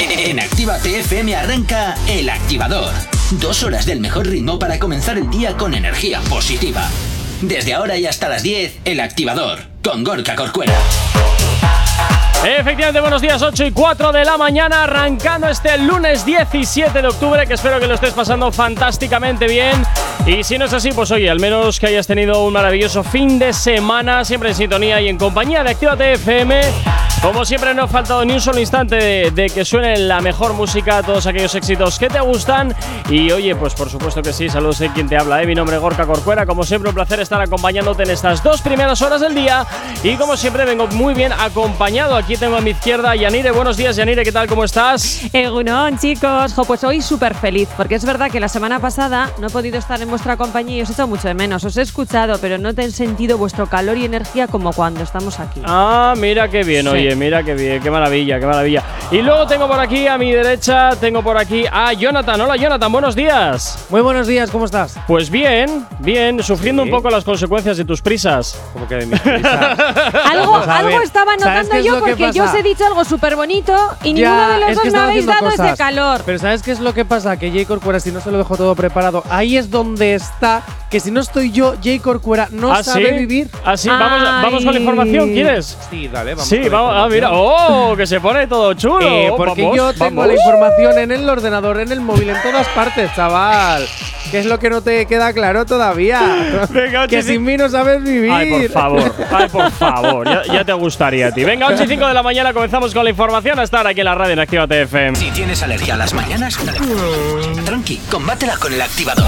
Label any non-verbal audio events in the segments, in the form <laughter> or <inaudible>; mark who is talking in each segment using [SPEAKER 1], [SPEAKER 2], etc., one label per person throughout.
[SPEAKER 1] En Activa TFM arranca El Activador. Dos horas del mejor ritmo para comenzar el día con energía positiva. Desde ahora y hasta las 10, El Activador, con Gorka Corcuera.
[SPEAKER 2] Efectivamente, buenos días, 8 y 4 de la mañana, arrancando este lunes 17 de octubre, que espero que lo estés pasando fantásticamente bien. Y si no es así, pues oye, al menos que hayas tenido un maravilloso fin de semana, siempre en sintonía y en compañía de Actívate FM. Como siempre, no ha faltado ni un solo instante de, de, que suene la mejor música, todos aquellos éxitos que te gustan. Y oye, pues por supuesto que sí, saludos en quien te habla. ¿eh? Mi nombre es Gorka Corcuera. Como siempre, un placer estar acompañándote en estas dos primeras horas del día. Y como siempre, vengo muy bien acompañado. Aquí tengo a mi izquierda Yanire. Buenos días, Yanire, ¿qué tal? ¿Cómo estás?
[SPEAKER 3] <laughs> Egunon, Eh, chicos. Jo, pues hoy súper feliz, porque es verdad que la semana pasada no he podido estar en vuestra compañía y os he hecho mucho de menos. Os he escuchado, pero no te he sentido vuestro calor y energía como cuando estamos
[SPEAKER 4] <laughs>
[SPEAKER 3] aquí.
[SPEAKER 2] Ah, mira qué bien, sí. oye mira qué bien, qué maravilla, qué maravilla. Y luego tengo por aquí a mi derecha, tengo por aquí a Jonathan. Hola Jonathan, buenos días.
[SPEAKER 4] Muy buenos días, ¿cómo estás?
[SPEAKER 2] Pues bien, bien, sufriendo sí. un poco las consecuencias de tus prisas.
[SPEAKER 4] Como que de mis prisas.
[SPEAKER 3] algo, algo estaba notando es yo porque yo os he dicho algo súper bonito y ya, ninguno de los dos me habéis dado cosas. ese calor.
[SPEAKER 4] Pero ¿sabes qué es lo que pasa? Que J. Corcuera, si no se lo dejo todo preparado, ahí es donde está. Que si no estoy yo, J. Corcuera no
[SPEAKER 2] ¿Ah,
[SPEAKER 4] sabe
[SPEAKER 2] sí?
[SPEAKER 4] vivir.
[SPEAKER 2] Así, ¿Ah, vamos, vamos con la información, ¿quieres?
[SPEAKER 4] Sí, dale, vamos.
[SPEAKER 2] Sí, vamos, Ah, mira, oh, que se pone todo chulo.
[SPEAKER 4] Eh, porque
[SPEAKER 2] vamos,
[SPEAKER 4] yo tengo
[SPEAKER 2] vamos.
[SPEAKER 4] la información en el ordenador, en el móvil, en todas partes, chaval. ¿Qué es lo que no te queda claro todavía?
[SPEAKER 2] <laughs> Venga,
[SPEAKER 4] que sin mí no sabes vivir.
[SPEAKER 2] Ay, por favor, ay,
[SPEAKER 4] <laughs>
[SPEAKER 2] por favor. Ya, ya, te gustaría a ti. Venga, 8 y 5 de la mañana comenzamos con la información a estar aquí en la radio en Activa TFM.
[SPEAKER 1] Si tienes alergia a las mañanas, mm. tranqui, combátela con el activador.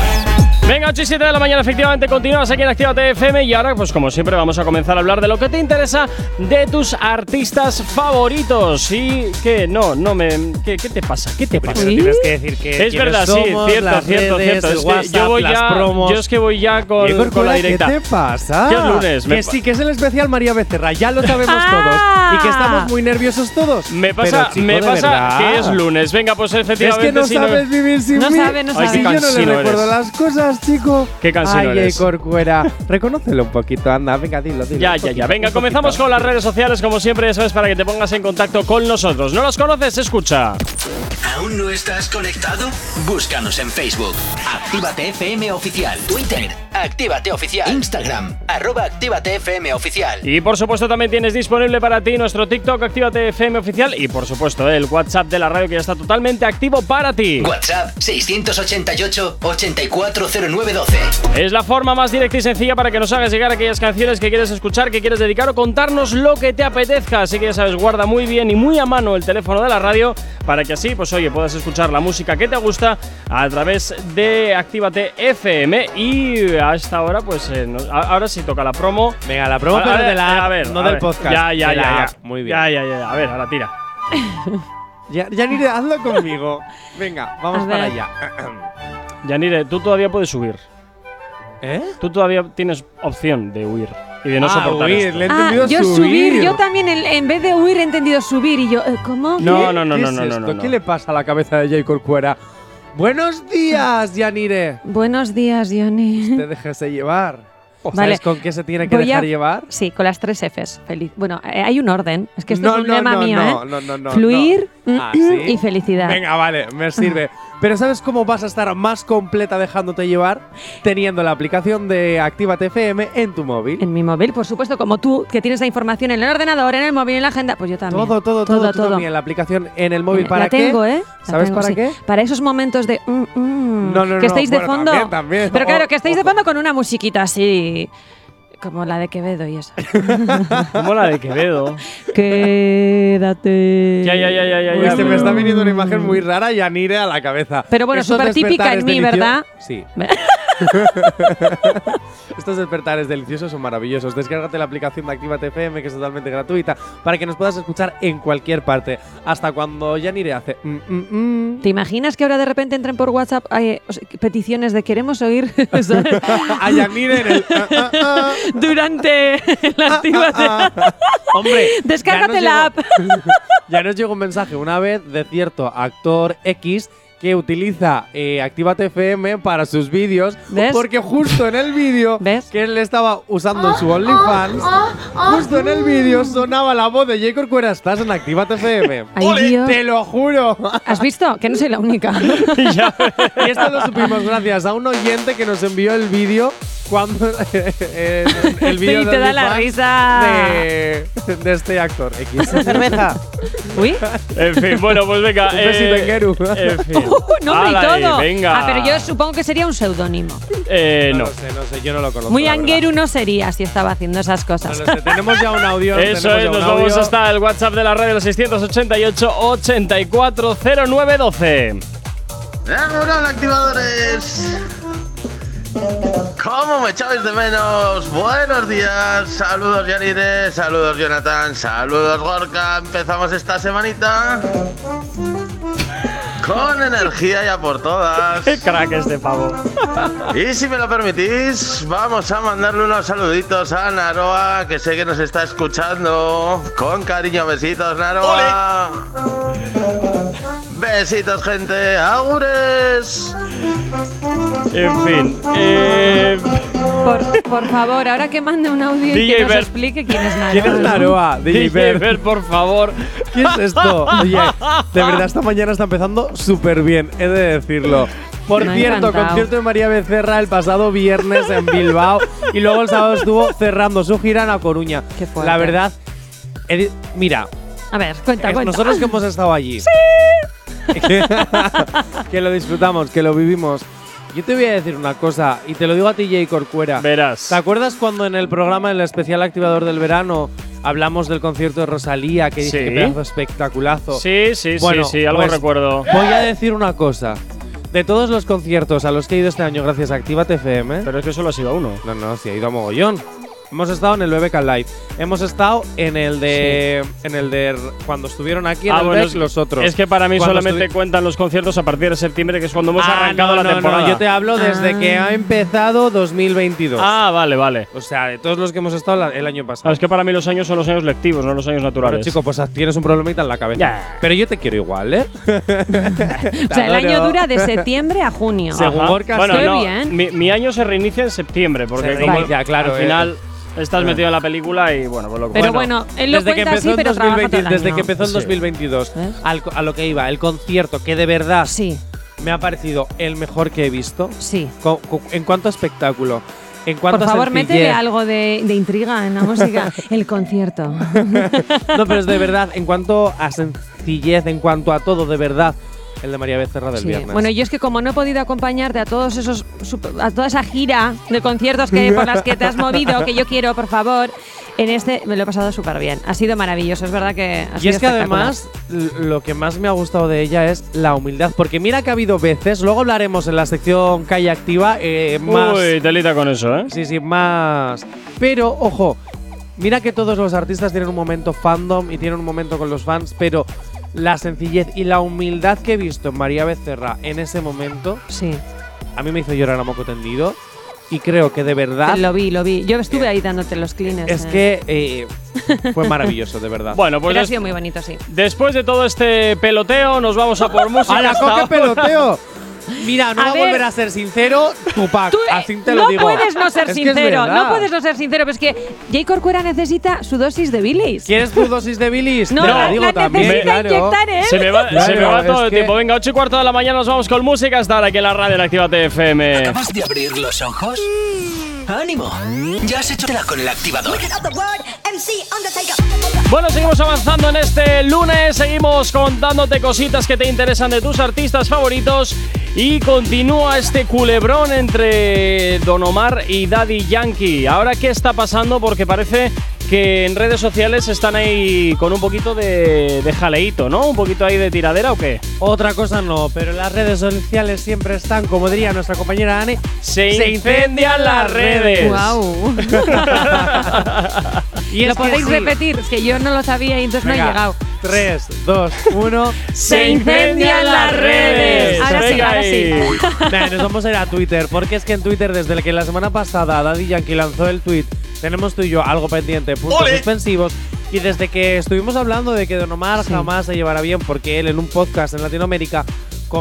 [SPEAKER 2] Venga, 8 y 7 de la mañana, efectivamente, continuamos aquí en Activa TFM y ahora, pues como siempre, vamos a comenzar a hablar de lo que te interesa de tus artistas favoritos. ¿Y qué? No, no me. ¿Qué, qué te pasa? ¿Qué te pasa?
[SPEAKER 4] ¿Sí? Tienes que decir que.
[SPEAKER 2] Es verdad, sí,
[SPEAKER 4] somos,
[SPEAKER 2] cierto,
[SPEAKER 4] redes,
[SPEAKER 2] cierto, cierto.
[SPEAKER 4] Es
[SPEAKER 2] que
[SPEAKER 4] WhatsApp,
[SPEAKER 2] yo voy ya.
[SPEAKER 4] Promos.
[SPEAKER 2] Yo es que voy ya con,
[SPEAKER 4] Corcuera,
[SPEAKER 2] con la directa.
[SPEAKER 4] ¿Qué te pasa?
[SPEAKER 2] ¿Qué es lunes?
[SPEAKER 4] Que sí, que es el especial María Becerra, ya lo
[SPEAKER 3] <laughs>
[SPEAKER 4] sabemos
[SPEAKER 3] Ah.
[SPEAKER 4] todos. Y que estamos muy nerviosos todos.
[SPEAKER 2] Me pasa,
[SPEAKER 4] Pero, chico,
[SPEAKER 2] me
[SPEAKER 4] de
[SPEAKER 2] pasa
[SPEAKER 4] verdad.
[SPEAKER 2] que es lunes. Venga, pues
[SPEAKER 4] Es
[SPEAKER 2] efectivamente.
[SPEAKER 4] que no
[SPEAKER 2] si
[SPEAKER 4] sabes vivir sin
[SPEAKER 3] No
[SPEAKER 4] mí.
[SPEAKER 3] sabe, no
[SPEAKER 2] Ay,
[SPEAKER 3] sabe.
[SPEAKER 2] qué
[SPEAKER 4] Si yo no le
[SPEAKER 2] cansino
[SPEAKER 4] recuerdo
[SPEAKER 2] eres.
[SPEAKER 4] las cosas, chico.
[SPEAKER 2] Qué cansino
[SPEAKER 4] Ay,
[SPEAKER 2] eres.
[SPEAKER 4] eh, Corcuera. Reconócelo un poquito, anda. Venga, dilo, dilo.
[SPEAKER 2] Ya,
[SPEAKER 4] un
[SPEAKER 2] ya, ya.
[SPEAKER 4] poquito,
[SPEAKER 2] Venga,
[SPEAKER 4] un
[SPEAKER 2] comenzamos
[SPEAKER 4] poquito.
[SPEAKER 2] con las redes sociales, como siempre, eso es para que te pongas en contacto con nosotros. ¿No los conoces? Escucha.
[SPEAKER 1] ¿Aún no estás conectado? Búscanos en Facebook. Actívate FM Oficial. Twitter. Actívate Oficial. Instagram. Arroba Actívate FM Oficial.
[SPEAKER 2] Y por supuesto también tienes disponible para ti nuestro TikTok, Actívate FM oficial y por supuesto el WhatsApp de la radio que ya está totalmente activo para ti.
[SPEAKER 1] WhatsApp 688 840912.
[SPEAKER 2] Es la forma más directa y sencilla para que nos hagas llegar aquellas canciones que quieres escuchar, que quieres dedicar o contarnos lo que te apetezca. Así que ya sabes, guarda muy bien y muy a mano el teléfono de la radio para que así, pues oye, puedas escuchar la música que te gusta a través de Actívate FM. Y hasta ahora, pues eh, no- a- ahora sí toca la promo.
[SPEAKER 4] Venga, la promo
[SPEAKER 2] Ahora-
[SPEAKER 4] pero de la
[SPEAKER 2] a
[SPEAKER 4] app,
[SPEAKER 2] ver,
[SPEAKER 4] no
[SPEAKER 2] a
[SPEAKER 4] del
[SPEAKER 2] ver.
[SPEAKER 4] podcast.
[SPEAKER 2] Ya, ya,
[SPEAKER 4] de la
[SPEAKER 2] ya,
[SPEAKER 4] app.
[SPEAKER 2] ya.
[SPEAKER 4] Muy bien.
[SPEAKER 2] Ya, ya, ya. A ver, ahora tira.
[SPEAKER 4] Ya, ya ni hazlo conmigo. Venga, vamos
[SPEAKER 3] A
[SPEAKER 4] para
[SPEAKER 3] ver.
[SPEAKER 4] allá.
[SPEAKER 2] Yanire, tú todavía puedes subir.
[SPEAKER 4] ¿Eh?
[SPEAKER 2] Tú todavía tienes opción de huir y de no
[SPEAKER 4] ah,
[SPEAKER 2] soportar
[SPEAKER 4] huir,
[SPEAKER 2] esto. <laughs>
[SPEAKER 4] le he
[SPEAKER 3] Ah,
[SPEAKER 4] entendido
[SPEAKER 3] yo
[SPEAKER 4] subir.
[SPEAKER 3] subir. Yo también, en, en vez de huir, he entendido subir. Y yo, eh, ¿cómo?
[SPEAKER 2] No, no, no,
[SPEAKER 4] ¿Qué
[SPEAKER 2] no,
[SPEAKER 4] es
[SPEAKER 2] no, no,
[SPEAKER 4] esto?
[SPEAKER 2] no, no.
[SPEAKER 4] ¿Qué le pasa a la cabeza de J. Corcuera? Buenos días, Yanire.
[SPEAKER 3] Buenos días,
[SPEAKER 4] Te
[SPEAKER 3] Johnny. <laughs>
[SPEAKER 4] déjese llevar.
[SPEAKER 3] Vale.
[SPEAKER 4] ¿Sabes con qué se tiene que
[SPEAKER 3] Voy a-
[SPEAKER 4] dejar llevar?
[SPEAKER 3] Sí, con las tres Fs. Feliz. Bueno, eh, hay un orden. Es que esto
[SPEAKER 4] no,
[SPEAKER 3] es un
[SPEAKER 4] no,
[SPEAKER 3] tema
[SPEAKER 4] no,
[SPEAKER 3] mío,
[SPEAKER 4] no,
[SPEAKER 3] ¿eh?
[SPEAKER 4] no, no, no,
[SPEAKER 3] Fluir
[SPEAKER 4] no.
[SPEAKER 3] mm,
[SPEAKER 4] Ah, ¿sí?
[SPEAKER 3] y felicidad.
[SPEAKER 4] Venga, vale, me sirve. Pero ¿sabes cómo vas a estar más completa dejándote llevar? Teniendo la aplicación de Actívate FM en tu móvil.
[SPEAKER 3] En mi móvil, por supuesto, como tú, que tienes la información en el ordenador, en el móvil, en la agenda, pues yo también.
[SPEAKER 4] todo, todo, todo, tú también, La aplicación en el móvil.
[SPEAKER 3] La
[SPEAKER 4] ¿Para qué?
[SPEAKER 3] tengo, ¿eh? La
[SPEAKER 4] ¿Sabes
[SPEAKER 3] tengo,
[SPEAKER 4] para
[SPEAKER 3] sí.
[SPEAKER 4] qué?
[SPEAKER 3] Para esos momentos de. mm, mm,
[SPEAKER 4] No, no,
[SPEAKER 3] que
[SPEAKER 4] no,
[SPEAKER 3] estáis de
[SPEAKER 4] bueno,
[SPEAKER 3] fondo.
[SPEAKER 4] también, también.
[SPEAKER 3] Pero claro,
[SPEAKER 4] O-
[SPEAKER 3] que estáis de
[SPEAKER 4] ojo.
[SPEAKER 3] fondo con una musiquita así. Como la de Quevedo y eso. <laughs>
[SPEAKER 2] Como la de Quevedo.
[SPEAKER 3] Quédate.
[SPEAKER 2] Ya, ya, ya, ya, ya,
[SPEAKER 4] Uy,
[SPEAKER 2] ya,
[SPEAKER 4] se este, me
[SPEAKER 2] pero-
[SPEAKER 4] está viniendo una imagen muy rara y Anire a la cabeza.
[SPEAKER 3] Pero bueno,
[SPEAKER 4] Estos
[SPEAKER 3] súper típica en
[SPEAKER 4] despertares
[SPEAKER 3] mí,
[SPEAKER 4] delicio-
[SPEAKER 3] ¿verdad?
[SPEAKER 4] este Sí. Estos despertares deliciosos son maravillosos. Descárgate la aplicación de Actívate FM, que es totalmente gratuita, para que nos puedas escuchar en cualquier parte. Hasta cuando Yanire hace. mm, mm, mm.
[SPEAKER 3] <laughs> ¿Te imaginas que ahora de repente entren por WhatsApp eh, o sea, peticiones de queremos oír <laughs>
[SPEAKER 4] <laughs>
[SPEAKER 3] ¿sabes?
[SPEAKER 4] <laughs> A Yanire en el. ah, ah, ah,
[SPEAKER 3] durante la activa
[SPEAKER 4] ah, ah. Hombre,
[SPEAKER 3] Descárgate
[SPEAKER 4] ya nos
[SPEAKER 3] la
[SPEAKER 4] llegó- ya nos llegó un mensaje una vez de cierto actor X que utiliza eh, Actívate FM para sus vídeos.
[SPEAKER 3] ¿Ves?
[SPEAKER 4] Porque justo en el vídeo
[SPEAKER 3] ¿Ves?
[SPEAKER 4] que él estaba usando en su OnlyFans, justo en el vídeo sonaba la voz de J. Corcuera. Estás en Actívate FM.
[SPEAKER 3] Ay,
[SPEAKER 4] ¡Ole!
[SPEAKER 3] Dios.
[SPEAKER 4] ¡Te lo juro!
[SPEAKER 3] ¿Has visto? Que no soy la
[SPEAKER 4] <laughs>
[SPEAKER 3] única.
[SPEAKER 2] <laughs> Ya.
[SPEAKER 4] Y esto lo supimos gracias a un oyente que nos envió el vídeo cuando <laughs> el, el vídeo
[SPEAKER 3] Sí,
[SPEAKER 4] de
[SPEAKER 3] te da la
[SPEAKER 4] OnlyFans
[SPEAKER 3] risa.
[SPEAKER 4] de, de este actor X.
[SPEAKER 5] cerveza.
[SPEAKER 3] Uy.
[SPEAKER 2] En fin, bueno, pues venga.
[SPEAKER 4] Un besito, Keru. Uh,
[SPEAKER 2] en
[SPEAKER 4] <laughs>
[SPEAKER 2] fin.
[SPEAKER 3] <laughs> no, hombre,
[SPEAKER 2] Ala,
[SPEAKER 3] y todo.
[SPEAKER 2] eh, Venga.
[SPEAKER 3] Ah, pero yo supongo que sería un seudónimo.
[SPEAKER 2] Eh,
[SPEAKER 4] No
[SPEAKER 2] no.
[SPEAKER 4] lo sé, no sé, yo no lo conozco.
[SPEAKER 3] Muy
[SPEAKER 4] la verdad.
[SPEAKER 3] angueru no sería si estaba haciendo esas
[SPEAKER 4] No
[SPEAKER 3] cosas.
[SPEAKER 4] lo sé, tenemos ya un audio.
[SPEAKER 2] Eso es,
[SPEAKER 4] tenemos ya un
[SPEAKER 2] nos
[SPEAKER 4] audio.
[SPEAKER 2] vamos hasta el WhatsApp de la radio
[SPEAKER 4] <laughs>
[SPEAKER 2] 688-840912.
[SPEAKER 6] ¡Vámonos, activadores! ¿Cómo me echabais de menos? Buenos días, saludos Yanire, saludos Jonathan, saludos Gorka. Empezamos esta semanita con energía ya por todas.
[SPEAKER 2] Qué crack este pavo.
[SPEAKER 6] Y si me lo permitís, vamos a mandarle unos saluditos a Naroa, que sé que nos está escuchando. Con cariño, besitos, Naroa. Besitos, gente. ¡Augures!
[SPEAKER 2] En fin. Eh,
[SPEAKER 3] Por, por favor, ahora que mande un
[SPEAKER 4] <laughs>
[SPEAKER 3] audio y
[SPEAKER 2] DJ
[SPEAKER 3] que nos
[SPEAKER 2] Bert.
[SPEAKER 3] explique quién es Naroa.
[SPEAKER 4] ¿Quién es
[SPEAKER 2] <laughs>
[SPEAKER 4] Naroa? DJ
[SPEAKER 2] DJ
[SPEAKER 4] Bert.
[SPEAKER 2] Fer, por favor.
[SPEAKER 4] ¿Qué es esto? Oye, de verdad, esta mañana está empezando súper bien, he de decirlo. Por
[SPEAKER 3] Me ha
[SPEAKER 4] cierto,
[SPEAKER 3] encantado.
[SPEAKER 4] concierto de María Becerra el pasado viernes en Bilbao y luego el sábado estuvo cerrando su gira en A Coruña.
[SPEAKER 3] Qué fuerte.
[SPEAKER 4] La verdad, he di- mira,
[SPEAKER 3] A ver, cuenta,
[SPEAKER 4] es
[SPEAKER 3] cuenta.
[SPEAKER 4] nosotros que hemos estado allí. Que, <laughs> que lo disfrutamos, que lo vivimos. Yo te voy a decir una cosa y te lo digo a ti, Jay Corcuera.
[SPEAKER 2] Verás.
[SPEAKER 4] ¿Te acuerdas cuando en el programa, el especial activador del verano, hablamos del concierto de Rosalía? Que dije,
[SPEAKER 2] Sí.
[SPEAKER 4] "Qué pedazo de espectaculazo.
[SPEAKER 2] Sí, sí,
[SPEAKER 4] Bueno,
[SPEAKER 2] sí, sí, algo
[SPEAKER 4] pues-
[SPEAKER 2] recuerdo.
[SPEAKER 4] Voy a decir una cosa. De todos los conciertos a los que he ido este año gracias a Actívate FM.
[SPEAKER 2] Pero es que solo ha sido uno.
[SPEAKER 4] No, no, sí, ha ido a mogollón. Hemos estado en el BBK Live. Hemos estado en el de. En el de. r- Cuando estuvieron aquí en el Beck,
[SPEAKER 2] es-
[SPEAKER 4] los otros.
[SPEAKER 2] Ah, Es que para mí
[SPEAKER 4] Cuando
[SPEAKER 2] solamente
[SPEAKER 4] estuvi-
[SPEAKER 2] cuentan los conciertos a partir de septiembre, que es cuando hemos
[SPEAKER 4] Ah,
[SPEAKER 2] arrancado
[SPEAKER 4] no,
[SPEAKER 2] la
[SPEAKER 4] no,
[SPEAKER 2] temporada.
[SPEAKER 4] No, yo te hablo desde
[SPEAKER 3] Ah.
[SPEAKER 4] que ha empezado 2022.
[SPEAKER 2] ah, vale, vale.
[SPEAKER 4] O sea, de todos los que hemos estado la- el año
[SPEAKER 2] Ah,
[SPEAKER 4] pasado.
[SPEAKER 2] es que para mí los años son los años lectivos, no los años naturales.
[SPEAKER 4] Pero chico, pues tienes un problemita en la cabeza.
[SPEAKER 2] Ya.
[SPEAKER 4] Pero yo te quiero
[SPEAKER 3] <laughs>
[SPEAKER 4] igual, ¿eh?
[SPEAKER 3] <laughs>
[SPEAKER 4] <laughs>
[SPEAKER 3] o sea, el año dura de septiembre a junio.
[SPEAKER 4] Según
[SPEAKER 2] Ajá.
[SPEAKER 4] Gorka,
[SPEAKER 2] bueno,
[SPEAKER 3] sí.
[SPEAKER 2] no,
[SPEAKER 3] Qué bien.
[SPEAKER 2] Mi, mi año se reinicia en septiembre, porque
[SPEAKER 4] Se
[SPEAKER 2] como
[SPEAKER 4] reinicia, claro,
[SPEAKER 2] al
[SPEAKER 4] eh.
[SPEAKER 2] final estás metido en la película y bueno, pues lo que
[SPEAKER 3] Pero bueno, él lo
[SPEAKER 4] desde que
[SPEAKER 3] cuenta
[SPEAKER 4] empezó
[SPEAKER 3] así,
[SPEAKER 4] en
[SPEAKER 3] pero trabaja todo el
[SPEAKER 4] 2020 desde
[SPEAKER 3] año.
[SPEAKER 4] que empezó en
[SPEAKER 2] Sí.
[SPEAKER 4] 2022,
[SPEAKER 3] ¿Eh?
[SPEAKER 4] al co- a lo que iba, el concierto que de verdad
[SPEAKER 3] Sí,
[SPEAKER 4] me ha parecido el mejor que he visto.
[SPEAKER 3] sí.
[SPEAKER 4] Co- co- en cuanto a espectáculo, en
[SPEAKER 3] Por
[SPEAKER 4] cuanto a
[SPEAKER 3] favor,
[SPEAKER 4] sencillez.
[SPEAKER 3] métele algo de, de intriga en la
[SPEAKER 4] <laughs>
[SPEAKER 3] música. el concierto.
[SPEAKER 4] No, pero
[SPEAKER 3] <laughs>
[SPEAKER 4] es de verdad, en cuanto a sencillez, en cuanto a todo, de verdad, el de María Becerra del
[SPEAKER 3] Sí.
[SPEAKER 4] viernes.
[SPEAKER 3] Bueno, yo es que como no he podido acompañarte a todos esos sup- a toda esa gira de conciertos que por las que te has movido, que yo quiero, por favor, en este me lo he pasado súper bien. Ha sido maravilloso, es verdad que ha
[SPEAKER 4] y
[SPEAKER 3] sido
[SPEAKER 4] es que
[SPEAKER 3] espectacular.
[SPEAKER 4] además l- lo que más me ha gustado de ella es la humildad, porque mira que ha habido veces, luego hablaremos en la sección calle activa, eh, más
[SPEAKER 2] Uy, telita con eso, ¿eh?
[SPEAKER 4] Sí, sí, más. Pero, ojo, mira que todos los artistas tienen un momento fandom y tienen un momento con los fans, pero la sencillez y la humildad que he visto en María Becerra en ese momento,
[SPEAKER 3] Sí,
[SPEAKER 4] a mí me hizo llorar a moco tendido. Y creo que de verdad
[SPEAKER 3] lo vi, lo vi. Yo estuve ahí dándote los clines.
[SPEAKER 4] es
[SPEAKER 3] eh.
[SPEAKER 4] que eh, fue maravilloso, de verdad.
[SPEAKER 2] Bueno, pues
[SPEAKER 3] Pero ha
[SPEAKER 2] des-
[SPEAKER 3] sido muy bonito, sí.
[SPEAKER 2] después de todo este peloteo, nos vamos a
[SPEAKER 4] <laughs>
[SPEAKER 2] por <laughs> música.
[SPEAKER 4] ¡Hala,
[SPEAKER 2] hasta
[SPEAKER 4] coque
[SPEAKER 2] ahora.
[SPEAKER 4] peloteo! Mira, no
[SPEAKER 3] A
[SPEAKER 4] va a
[SPEAKER 3] ver.
[SPEAKER 4] volver a ser sincero, Tupac.
[SPEAKER 3] Tú, eh,
[SPEAKER 4] Así te
[SPEAKER 3] no
[SPEAKER 4] lo digo.
[SPEAKER 3] puedes no ser
[SPEAKER 4] Es que es
[SPEAKER 3] sincero, no
[SPEAKER 4] verdad.
[SPEAKER 3] puedes no ser sincero, pero es que Jay Corcuera necesita su dosis de bilis.
[SPEAKER 4] ¿Quieres tu dosis de bilis?
[SPEAKER 3] <laughs> No,
[SPEAKER 4] te la
[SPEAKER 3] la-
[SPEAKER 4] digo
[SPEAKER 3] la
[SPEAKER 4] también,
[SPEAKER 3] necesita
[SPEAKER 4] claro.
[SPEAKER 3] inyectar, ¿eh?
[SPEAKER 2] Se me va,
[SPEAKER 4] Claro,
[SPEAKER 2] se me va todo
[SPEAKER 4] es
[SPEAKER 2] el
[SPEAKER 4] que-
[SPEAKER 2] tiempo. ¿eh? Venga, 8 y cuarto de la mañana nos vamos con música hasta ahora aquí en la radio en Actívate FM.
[SPEAKER 1] ¿Acabas de abrir los ojos? ¡Ánimo! Ya has hecho la con el activador.
[SPEAKER 7] of the word, MC Undertaker.
[SPEAKER 2] Bueno, seguimos avanzando en este lunes, seguimos contándote cositas que te interesan de tus artistas favoritos y continúa este culebrón entre Don Omar y Daddy Yankee. Ahora, ¿qué está pasando? Porque parece que en redes sociales están ahí con un poquito de, de jaleíto, ¿no? Un poquito ahí de tiradera o qué?
[SPEAKER 4] Otra cosa no, pero las redes sociales siempre están, como diría nuestra compañera Anne,
[SPEAKER 2] Se incendian las redes. <laughs>
[SPEAKER 3] Guau.
[SPEAKER 4] <laughs> y
[SPEAKER 3] lo
[SPEAKER 4] es que
[SPEAKER 3] podéis
[SPEAKER 4] sí.
[SPEAKER 3] repetir, es que yo no lo sabía y entonces no
[SPEAKER 4] Venga,
[SPEAKER 3] he llegado.
[SPEAKER 4] 3, 2,
[SPEAKER 3] <laughs>
[SPEAKER 4] 1.
[SPEAKER 2] Se incendian las redes.
[SPEAKER 3] Ahora sí,
[SPEAKER 2] Venga
[SPEAKER 3] ahora sí.
[SPEAKER 2] ahí.
[SPEAKER 4] nos vamos a ir a Twitter, porque es que en Twitter, desde que la semana pasada Daddy Yankee lanzó el tweet, tenemos tú y yo algo pendiente, puntos suspensivos. Y desde que estuvimos hablando de que Don Omar jamás se llevará bien, porque él en un podcast en Latinoamérica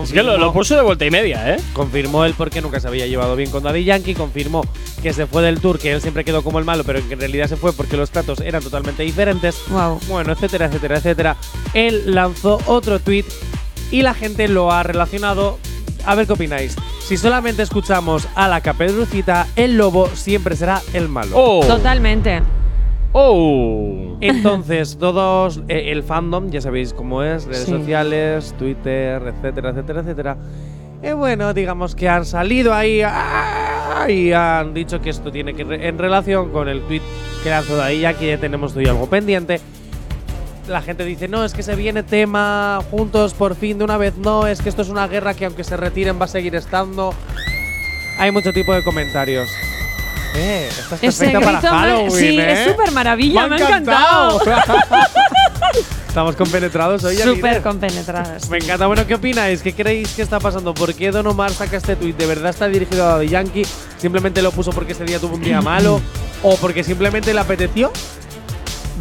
[SPEAKER 2] Es que lo, lo puso de vuelta y media, ¿eh?
[SPEAKER 4] Confirmó el por qué nunca se había llevado bien con Daddy Yankee, confirmó que se fue del tour, que él siempre quedó como el malo, pero que en realidad se fue porque los platos eran totalmente diferentes.
[SPEAKER 3] Wow.
[SPEAKER 4] Bueno, etcétera, etcétera, etcétera. Él lanzó otro tweet y la gente lo ha relacionado. A ver qué opináis. Si solamente escuchamos a la capedrucita, el lobo siempre será el malo.
[SPEAKER 2] ¡Oh!
[SPEAKER 3] Totalmente.
[SPEAKER 2] ¡Oh!
[SPEAKER 4] Entonces, todos, eh, el fandom, ya sabéis cómo es, redes
[SPEAKER 3] Sí.
[SPEAKER 4] sociales, Twitter, etcétera, etcétera, etcétera. Eh, bueno, digamos que han salido ahí ¡ah! y han dicho que esto tiene que re- en relación con el tweet que lanzó de ahí, aquí ya tenemos hoy algo pendiente. La gente dice, no, es que se viene tema juntos por fin de una vez, no, es que esto es una guerra que aunque se retiren va a seguir estando. Hay mucho tipo de comentarios. Eh, esta es
[SPEAKER 3] Ese Este
[SPEAKER 4] perfecta
[SPEAKER 3] grito.
[SPEAKER 4] para
[SPEAKER 3] ma-
[SPEAKER 4] Halloween,
[SPEAKER 3] sí,
[SPEAKER 4] ¿eh?
[SPEAKER 3] es súper maravilla, me ha encantado.
[SPEAKER 4] <laughs> Estamos compenetrados hoy. Alicia.
[SPEAKER 3] Súper compenetradas.
[SPEAKER 4] Me encanta. Bueno, ¿qué opináis? ¿Qué creéis que está pasando? ¿Por qué Don Omar saca este tuit? ¿De verdad está dirigido a Daddy Yankee? ¿Simplemente lo puso porque ese día tuvo
[SPEAKER 2] <laughs>
[SPEAKER 4] un día malo? ¿O porque simplemente le apeteció?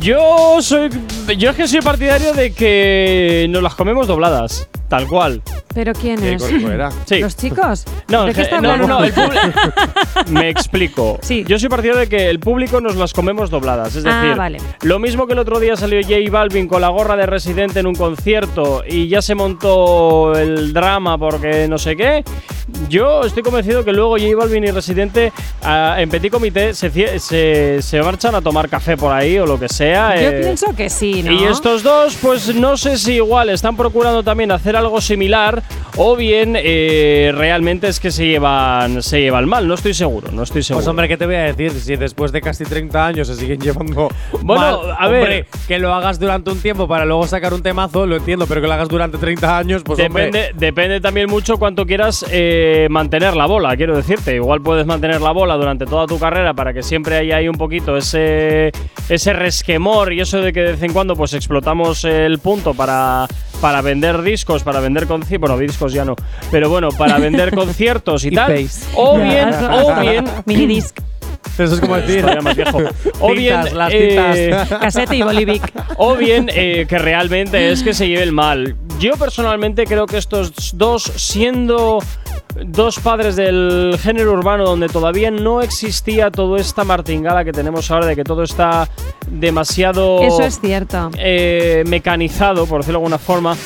[SPEAKER 2] Yo soy. Yo es que soy partidario de que nos las comemos dobladas. Tal cual.
[SPEAKER 3] ¿Pero quién es?
[SPEAKER 2] Pues
[SPEAKER 4] era?
[SPEAKER 2] Sí.
[SPEAKER 3] <laughs> ¿Los chicos?
[SPEAKER 2] No,
[SPEAKER 3] ¿De qué
[SPEAKER 2] eh,
[SPEAKER 3] está
[SPEAKER 2] no, no,
[SPEAKER 3] hablando?
[SPEAKER 2] no, el público- Me explico.
[SPEAKER 3] Sí.
[SPEAKER 2] Yo soy partidario de que el público nos las comemos dobladas. Es
[SPEAKER 3] Ah,
[SPEAKER 2] decir,
[SPEAKER 3] vale.
[SPEAKER 2] lo mismo que el otro día salió J Balvin con la gorra de residente en un concierto y ya se montó el drama porque no sé qué. Yo estoy convencido que luego J Balvin y Residente ah, en Petit Comité se, cie- se, se marchan a tomar café por ahí o lo que sea.
[SPEAKER 3] <laughs> Yo
[SPEAKER 2] eh,
[SPEAKER 3] pienso que sí, ¿no?
[SPEAKER 2] y estos dos, pues no sé si igual están procurando también hacer algo similar o bien eh, realmente es que se llevan, se llevan mal. No estoy seguro, no estoy seguro.
[SPEAKER 4] Pues hombre, ¿qué te voy a decir? Si después de casi 30 años se siguen llevando
[SPEAKER 2] Bueno,
[SPEAKER 4] mal,
[SPEAKER 2] a ver.
[SPEAKER 4] hombre, que lo hagas durante un tiempo para luego sacar un temazo, lo entiendo, pero que lo hagas durante 30 años, pues hombre,
[SPEAKER 2] depende, depende también mucho cuánto quieras eh, mantener la bola, quiero decirte. Igual puedes mantener la bola durante toda tu carrera para que siempre haya ahí un poquito ese, ese resquemor y eso de que de vez en cuando pues explotamos el punto para, para vender discos, para vender conciertos. Bueno, discos ya no, pero bueno, para vender conciertos y,
[SPEAKER 4] Y
[SPEAKER 2] tal.
[SPEAKER 4] paste.
[SPEAKER 2] O bien, o bien.
[SPEAKER 3] Minidisc,
[SPEAKER 4] Eso es como decir.
[SPEAKER 2] Estoy ya más
[SPEAKER 4] <laughs>
[SPEAKER 2] viejo. O bien,
[SPEAKER 4] Tintas, las
[SPEAKER 2] eh,
[SPEAKER 4] tintas.
[SPEAKER 3] casete y bolivic.
[SPEAKER 2] o bien eh, que realmente es que se lleve el mal. Yo personalmente creo que estos dos, siendo dos padres del género urbano donde todavía no existía toda esta martingala que tenemos ahora de que todo está demasiado
[SPEAKER 3] Eso es cierto.
[SPEAKER 2] eh, mecanizado, por decirlo de alguna forma,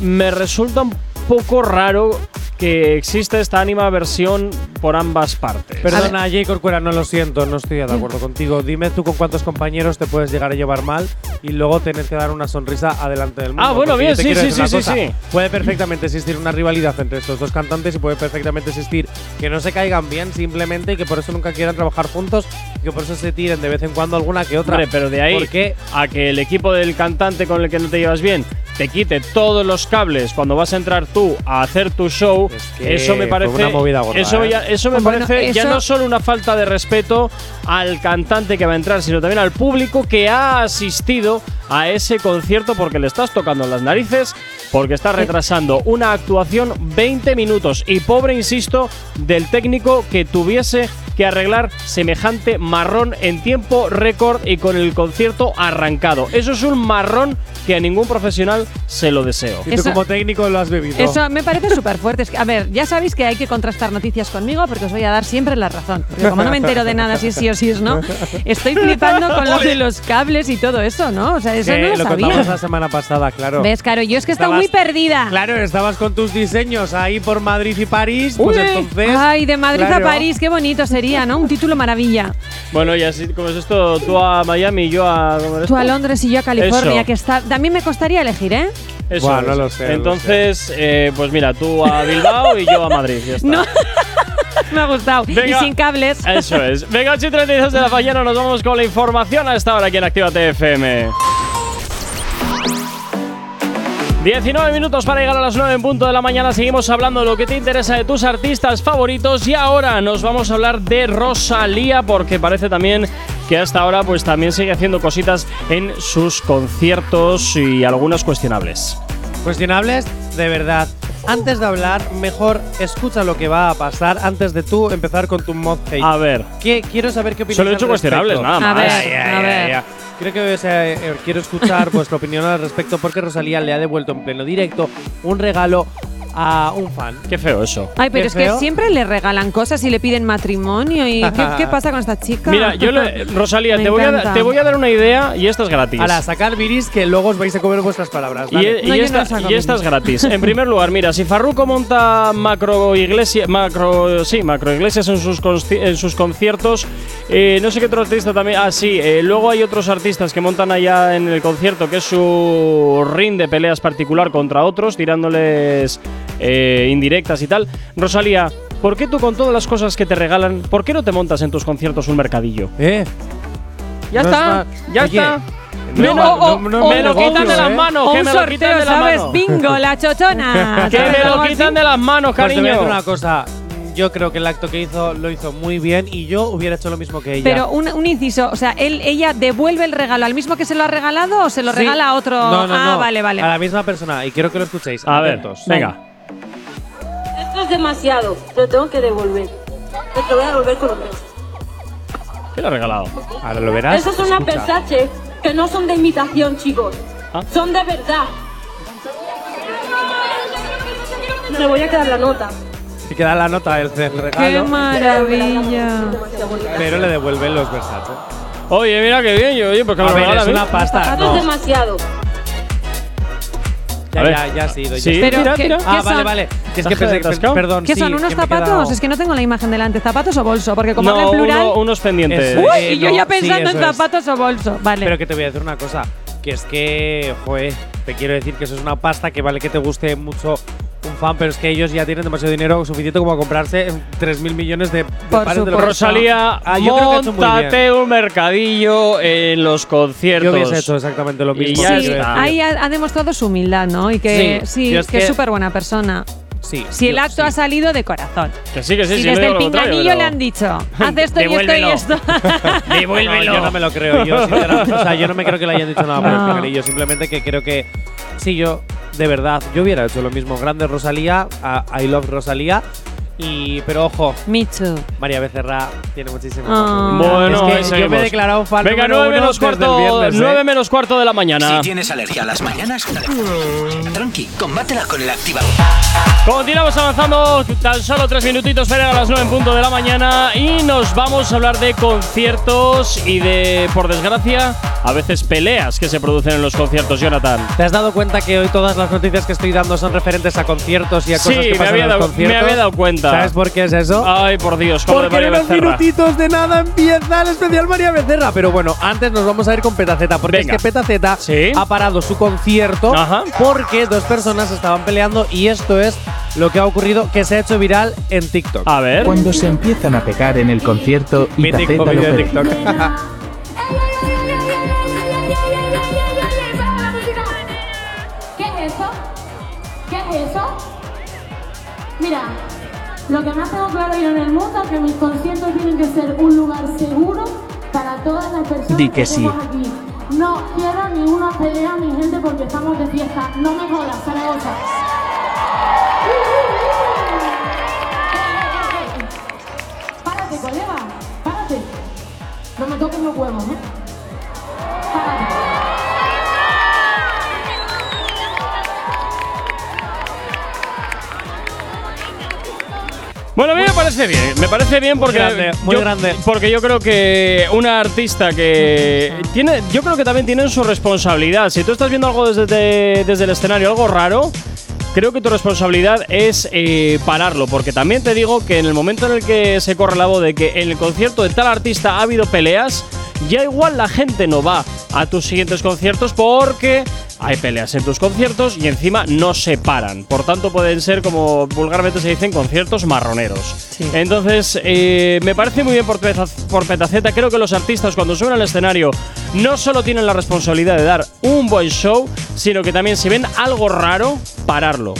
[SPEAKER 2] me resulta un poco raro que exista esta anima versión por ambas partes.
[SPEAKER 4] Perdona, Jay Corcuera, no lo siento, no estoy de acuerdo contigo. Dime tú con cuántos compañeros te puedes llegar a llevar mal y luego tener que dar una sonrisa adelante del mundo.
[SPEAKER 2] Ah, bueno,
[SPEAKER 4] Porque
[SPEAKER 2] bien,
[SPEAKER 4] yo te
[SPEAKER 2] sí,
[SPEAKER 4] quiero
[SPEAKER 2] sí,
[SPEAKER 4] decir
[SPEAKER 2] sí,
[SPEAKER 4] una
[SPEAKER 2] sí,
[SPEAKER 4] cosa.
[SPEAKER 2] sí.
[SPEAKER 4] Puede perfectamente existir una rivalidad entre estos dos cantantes y puede perfectamente existir que no se caigan bien simplemente y que por eso nunca quieran trabajar juntos y que por eso se tiren de vez en cuando alguna que otra.
[SPEAKER 2] Hombre, pero de ahí
[SPEAKER 4] ¿Por qué?
[SPEAKER 2] a que el equipo del cantante con el que no te llevas bien te quite todos los cables cuando vas a entrar tú a hacer tu show,
[SPEAKER 4] Es que
[SPEAKER 2] eso me
[SPEAKER 4] fue
[SPEAKER 2] parece
[SPEAKER 4] una movida gorda,
[SPEAKER 2] eso,
[SPEAKER 4] ¿eh?
[SPEAKER 2] ya- eso me
[SPEAKER 3] Bueno,
[SPEAKER 2] parece ya
[SPEAKER 3] eso-
[SPEAKER 2] no solo una falta de respeto al cantante que va a entrar, sino también al público que ha asistido a ese concierto porque le estás tocando las narices, porque estás retrasando una actuación 20 minutos y pobre insisto del técnico que tuviese que arreglar semejante marrón en tiempo récord y con el concierto arrancado. Eso es un marrón que a ningún profesional se lo deseo.
[SPEAKER 4] Y tú
[SPEAKER 3] Eso-
[SPEAKER 4] como técnico lo has bebido.
[SPEAKER 3] Eso me parece súper fuerte. Es que, a ver, ya sabéis que hay que contrastar noticias conmigo porque os voy a dar siempre la razón. Porque como no me entero de nada si es sí o si es no, estoy flipando con lo de los cables y todo eso, ¿no? O sea, eso
[SPEAKER 4] Que
[SPEAKER 3] no lo,
[SPEAKER 4] lo contamos la
[SPEAKER 3] sabía.
[SPEAKER 4] semana pasada, claro.
[SPEAKER 3] ¿Ves, Caro? Yo es que estaba muy
[SPEAKER 4] Estabas-
[SPEAKER 3] perdida.
[SPEAKER 4] Claro, estabas con tus diseños ahí por Madrid y París, pues
[SPEAKER 2] Uy.
[SPEAKER 4] entonces.
[SPEAKER 3] Ay, de Madrid
[SPEAKER 4] claro.
[SPEAKER 3] a París, qué bonito sería, ¿no? Un título maravilla.
[SPEAKER 2] Bueno, y así como es esto, tú a Miami y yo a... ¿cómo era
[SPEAKER 3] Tú a
[SPEAKER 2] esto?
[SPEAKER 3] Londres y yo a California,
[SPEAKER 2] Eso. Ah.
[SPEAKER 3] que está. También me costaría elegir, ¿eh?
[SPEAKER 2] Eso
[SPEAKER 4] Buah, no
[SPEAKER 2] es.
[SPEAKER 4] lo sé, no lo
[SPEAKER 2] Entonces, eh, pues mira, tú a Bilbao y yo a Madrid. ya está.
[SPEAKER 3] No. <laughs> me ha gustado.
[SPEAKER 2] Venga. Eh,
[SPEAKER 3] Y sin cables.
[SPEAKER 2] Eso es. Venga, 8 y 32 de la mañana, nos vamos con la información a esta hora aquí en Actívate FM. 19 minutos para llegar a las 9 en punto de la mañana. Seguimos hablando de lo que te interesa de tus artistas favoritos. Y ahora nos vamos a hablar de Rosalía, porque parece también que hasta ahora pues también sigue haciendo cositas en sus conciertos y algunas cuestionables.
[SPEAKER 4] Cuestionables, de verdad. Antes de hablar, mejor escucha lo que va a pasar antes de tú empezar con tu mod hate.
[SPEAKER 2] A ver,
[SPEAKER 4] Que quiero saber qué
[SPEAKER 2] Ah.
[SPEAKER 4] opinas.
[SPEAKER 2] solo he
[SPEAKER 4] al
[SPEAKER 2] hecho
[SPEAKER 4] respecto.
[SPEAKER 2] cuestionables, nada
[SPEAKER 3] A
[SPEAKER 2] más.
[SPEAKER 3] ver,
[SPEAKER 4] Ay, ay,
[SPEAKER 3] a
[SPEAKER 4] ay,
[SPEAKER 3] ver.
[SPEAKER 4] ay. Creo que o sea, eh,
[SPEAKER 2] <laughs>
[SPEAKER 4] quiero escuchar vuestra opinión al respecto porque Rosalía le ha devuelto en pleno directo un regalo a un fan.
[SPEAKER 2] Qué feo eso.
[SPEAKER 3] Ay, pero
[SPEAKER 4] ¿Qué
[SPEAKER 3] es que
[SPEAKER 4] feo?
[SPEAKER 3] siempre le regalan cosas y le piden matrimonio. ¿Y qué, qué pasa con esta chica?
[SPEAKER 2] Mira,
[SPEAKER 3] <laughs>
[SPEAKER 2] yo le- Rosalía,
[SPEAKER 3] Me
[SPEAKER 2] te voy, a,
[SPEAKER 3] encanta.
[SPEAKER 2] da- te voy a dar una idea y esta es gratis.
[SPEAKER 4] A la sacar viris que luego os vais a comer vuestras palabras.
[SPEAKER 2] Y, e-
[SPEAKER 4] dale.
[SPEAKER 2] y
[SPEAKER 3] No, yo no
[SPEAKER 2] esta,
[SPEAKER 3] lo saco,
[SPEAKER 2] y
[SPEAKER 3] Mimi.
[SPEAKER 2] esta es gratis. En primer lugar, mira, si Farruko monta macro iglesia, macro, sí, macro iglesias en sus, consci- en sus conciertos, eh, no sé qué otro artista también. Ah, sí, eh, luego hay otros artistas que montan allá en el concierto, que es su ring de peleas particular contra otros, tirándoles eh, indirectas y tal. Rosalía, ¿por qué tú con todas las cosas que te regalan, por qué no te montas en tus conciertos un mercadillo?
[SPEAKER 4] Eh,
[SPEAKER 2] Ya
[SPEAKER 4] No
[SPEAKER 2] está,
[SPEAKER 4] es mal.
[SPEAKER 2] ya
[SPEAKER 4] Oye,
[SPEAKER 2] está. oh,
[SPEAKER 4] no
[SPEAKER 2] Me
[SPEAKER 4] es
[SPEAKER 2] lo-
[SPEAKER 4] mal- no- no es
[SPEAKER 2] me lo
[SPEAKER 4] mal negocio,
[SPEAKER 2] quitan de las
[SPEAKER 4] ¿eh?
[SPEAKER 2] manos,
[SPEAKER 3] O
[SPEAKER 2] que
[SPEAKER 3] un
[SPEAKER 2] me lo quitan
[SPEAKER 3] sorteo,
[SPEAKER 2] de las
[SPEAKER 3] ¿sabes?
[SPEAKER 2] manos.
[SPEAKER 3] Bingo, la
[SPEAKER 2] <laughs>
[SPEAKER 3] chochona.
[SPEAKER 2] Que
[SPEAKER 3] ¿sabes?
[SPEAKER 2] me
[SPEAKER 3] Algo
[SPEAKER 2] lo
[SPEAKER 3] así.
[SPEAKER 2] quitan de las manos,
[SPEAKER 4] pues te voy a
[SPEAKER 2] cariño.
[SPEAKER 4] decir una cosa. Yo creo que el acto que hizo lo hizo muy bien y yo hubiera hecho lo mismo que ella.
[SPEAKER 3] Pero un, un inciso, o sea, él, ella devuelve el regalo al mismo que se lo ha regalado o se lo
[SPEAKER 4] Sí.
[SPEAKER 3] regala a otro.
[SPEAKER 4] No, no,
[SPEAKER 3] ah,
[SPEAKER 4] no,
[SPEAKER 3] vale, vale.
[SPEAKER 4] A la misma persona y quiero que lo escuchéis.
[SPEAKER 2] A ver,
[SPEAKER 4] atentos.
[SPEAKER 2] venga.
[SPEAKER 5] Esto es demasiado, lo tengo que devolver. Te lo voy a devolver con los meses.
[SPEAKER 2] ¿Qué le ha regalado?
[SPEAKER 4] Ahora lo verás.
[SPEAKER 5] Esos son las
[SPEAKER 4] Ah, escucha.
[SPEAKER 5] Versace que no son de imitación, chicos.
[SPEAKER 2] Ah.
[SPEAKER 5] Son de verdad. Me voy a quedar la nota.
[SPEAKER 4] Y queda la nota del del
[SPEAKER 3] ¡Qué
[SPEAKER 4] regalo,
[SPEAKER 3] maravilla!
[SPEAKER 4] pero le devuelven los Versace.
[SPEAKER 2] Oye, mira qué bien, yo, oye, porque me
[SPEAKER 4] A
[SPEAKER 2] lo
[SPEAKER 4] ver,
[SPEAKER 2] regala
[SPEAKER 4] es
[SPEAKER 2] a mí.
[SPEAKER 4] una pasta.
[SPEAKER 5] Esto
[SPEAKER 4] No.
[SPEAKER 5] es demasiado.
[SPEAKER 2] A
[SPEAKER 4] Ya,
[SPEAKER 2] ver.
[SPEAKER 4] ya, ya ha sido. ya
[SPEAKER 2] Sí.
[SPEAKER 4] está.
[SPEAKER 3] Pero,
[SPEAKER 2] Mira,
[SPEAKER 3] ¿qué,
[SPEAKER 2] mira.
[SPEAKER 3] qué
[SPEAKER 4] Ah,
[SPEAKER 3] son?
[SPEAKER 4] vale, vale. Que es
[SPEAKER 2] Taja
[SPEAKER 4] que
[SPEAKER 2] de
[SPEAKER 4] pensé que-
[SPEAKER 2] atascado.
[SPEAKER 4] perdón.
[SPEAKER 3] ¿Qué
[SPEAKER 4] sí,
[SPEAKER 3] son unos
[SPEAKER 4] que me he quedado-
[SPEAKER 3] zapatos? Es que no tengo la imagen delante. ¿Zapatos o bolso? Porque como habla
[SPEAKER 2] No,
[SPEAKER 3] en plural.
[SPEAKER 2] uno- unos pendientes.
[SPEAKER 4] Eso
[SPEAKER 3] Uy,
[SPEAKER 4] Eh,
[SPEAKER 3] y yo
[SPEAKER 4] no,
[SPEAKER 3] ya
[SPEAKER 4] sí,
[SPEAKER 3] pensando en
[SPEAKER 4] eso es.
[SPEAKER 3] zapatos o bolso. Vale.
[SPEAKER 4] Pero que te voy a decir una cosa, que es que, joder, te quiero decir que eso es una pasta que vale que te guste mucho un fan, pero es que ellos ya tienen demasiado dinero suficiente como a comprarse 3.000 millones de, de
[SPEAKER 3] Por
[SPEAKER 4] pares de los-
[SPEAKER 3] supuesto.
[SPEAKER 2] Rosalía,
[SPEAKER 4] Ah, yo creo que ha hecho muy bien.
[SPEAKER 2] montate un mercadillo en los conciertos.
[SPEAKER 4] Yo hubiese hecho exactamente lo
[SPEAKER 2] Y
[SPEAKER 4] mismo.
[SPEAKER 2] ya
[SPEAKER 4] te
[SPEAKER 3] sí,
[SPEAKER 4] quiero decir.
[SPEAKER 2] está.
[SPEAKER 3] ahí ha, ha demostrado su humildad, ¿no? Y que
[SPEAKER 4] Sí,
[SPEAKER 3] sí,
[SPEAKER 4] yo
[SPEAKER 3] es
[SPEAKER 4] es
[SPEAKER 3] que es
[SPEAKER 4] que-
[SPEAKER 3] súper buena persona.
[SPEAKER 4] Sí,
[SPEAKER 3] Si el
[SPEAKER 4] yo-
[SPEAKER 3] acto
[SPEAKER 4] sí.
[SPEAKER 3] ha salido de corazón.
[SPEAKER 2] Que sí, que sí,
[SPEAKER 3] si
[SPEAKER 2] sí, no
[SPEAKER 3] desde
[SPEAKER 2] digo
[SPEAKER 3] el
[SPEAKER 2] lo contrario,
[SPEAKER 3] pinganillo
[SPEAKER 2] pero-
[SPEAKER 3] le han
[SPEAKER 4] <laughs>
[SPEAKER 3] dicho, haz esto y esto y
[SPEAKER 2] Devuélvelo.
[SPEAKER 3] esto. <laughs>
[SPEAKER 2] Devuélvelo.
[SPEAKER 4] No, yo no me lo creo. Yo, sinceramente, o sea, yo no me creo que le hayan dicho nada por
[SPEAKER 3] No.
[SPEAKER 4] el pinganillo. Simplemente que creo que sí, yo, de verdad, yo hubiera hecho lo mismo. Grande Rosalía, a- I love Rosalía. Y, pero ojo,
[SPEAKER 3] Michu.
[SPEAKER 4] María Becerra tiene muchísimo.
[SPEAKER 3] Ah.
[SPEAKER 2] Bueno,
[SPEAKER 4] Es
[SPEAKER 2] ahí
[SPEAKER 4] que yo me he
[SPEAKER 2] seguimos.
[SPEAKER 4] declarado fan
[SPEAKER 2] Venga,
[SPEAKER 4] número
[SPEAKER 2] 9
[SPEAKER 4] uno
[SPEAKER 2] menos,
[SPEAKER 4] desde el
[SPEAKER 2] cuarto,
[SPEAKER 4] viernes, ¿eh?
[SPEAKER 2] 9 menos cuarto de la mañana.
[SPEAKER 1] Si tienes alergia a las mañanas, tranqui, combátela con el activador.
[SPEAKER 2] Continuamos avanzando, tan solo tres minutitos para a las 9 en punto de la mañana y nos vamos a hablar de conciertos y de, por desgracia, a veces peleas que se producen en los conciertos, Jonathan.
[SPEAKER 4] ¿Te has dado cuenta que hoy todas las noticias que estoy dando son referentes a conciertos y a
[SPEAKER 2] Sí,
[SPEAKER 4] cosas que
[SPEAKER 2] me
[SPEAKER 4] pasan
[SPEAKER 2] había
[SPEAKER 4] en los
[SPEAKER 2] dado-
[SPEAKER 4] conciertos?
[SPEAKER 2] me había dado cuenta. Ah,
[SPEAKER 4] ¿Sabes por qué es eso?
[SPEAKER 2] Ay, por Dios, como de
[SPEAKER 4] Porque
[SPEAKER 2] María
[SPEAKER 4] en unos
[SPEAKER 2] Becerra.
[SPEAKER 4] minutitos de nada empieza el especial María Becerra. Pero bueno, antes nos vamos a ir con Petaceta, porque
[SPEAKER 2] Venga.
[SPEAKER 4] es que Petaceta
[SPEAKER 2] Sí.
[SPEAKER 4] ha parado su concierto
[SPEAKER 2] Ajá.
[SPEAKER 4] porque dos personas estaban peleando y esto es lo que ha ocurrido que se ha hecho viral en TikTok.
[SPEAKER 2] A ver,
[SPEAKER 8] Cuando se empiezan a pegar en el concierto y Taceta
[SPEAKER 4] Mítico
[SPEAKER 8] lo
[SPEAKER 4] vídeo de
[SPEAKER 8] ve.
[SPEAKER 4] TikTok.
[SPEAKER 5] ¿Qué es eso? ¿Qué es eso? Mira, lo que más tengo claro yo en el mundo es que mis conciertos tienen que ser un lugar seguro para todas las personas
[SPEAKER 8] Di que sí.
[SPEAKER 5] estamos aquí. No quiero ninguna pelea ni gente porque estamos de fiesta. No me jodas, Zaragoza. Párate, colega, párate. No me toques los huevos, ¿eh? Párate.
[SPEAKER 2] Bueno, a mí me parece bien, me parece bien porque
[SPEAKER 4] grande, muy
[SPEAKER 2] yo,
[SPEAKER 4] grande.
[SPEAKER 2] porque yo creo que una artista que tiene, yo creo que también tienen su responsabilidad. Si tú estás viendo algo desde, de- desde el escenario, algo raro, creo que tu responsabilidad es eh, pararlo, porque también te digo que en el momento en el que se corre la voz de que en el concierto de tal artista ha habido peleas, ya igual la gente no va a tus siguientes conciertos porque hay peleas en tus conciertos y encima no se paran. Por tanto, pueden ser, como vulgarmente se dicen, conciertos marroneros.
[SPEAKER 3] Sí.
[SPEAKER 2] Entonces, eh, me parece muy bien por, Peta- por Petaceta. Creo que los artistas, cuando suben al escenario, no solo tienen la responsabilidad de dar un buen show, sino que también, si ven algo raro, pararlo.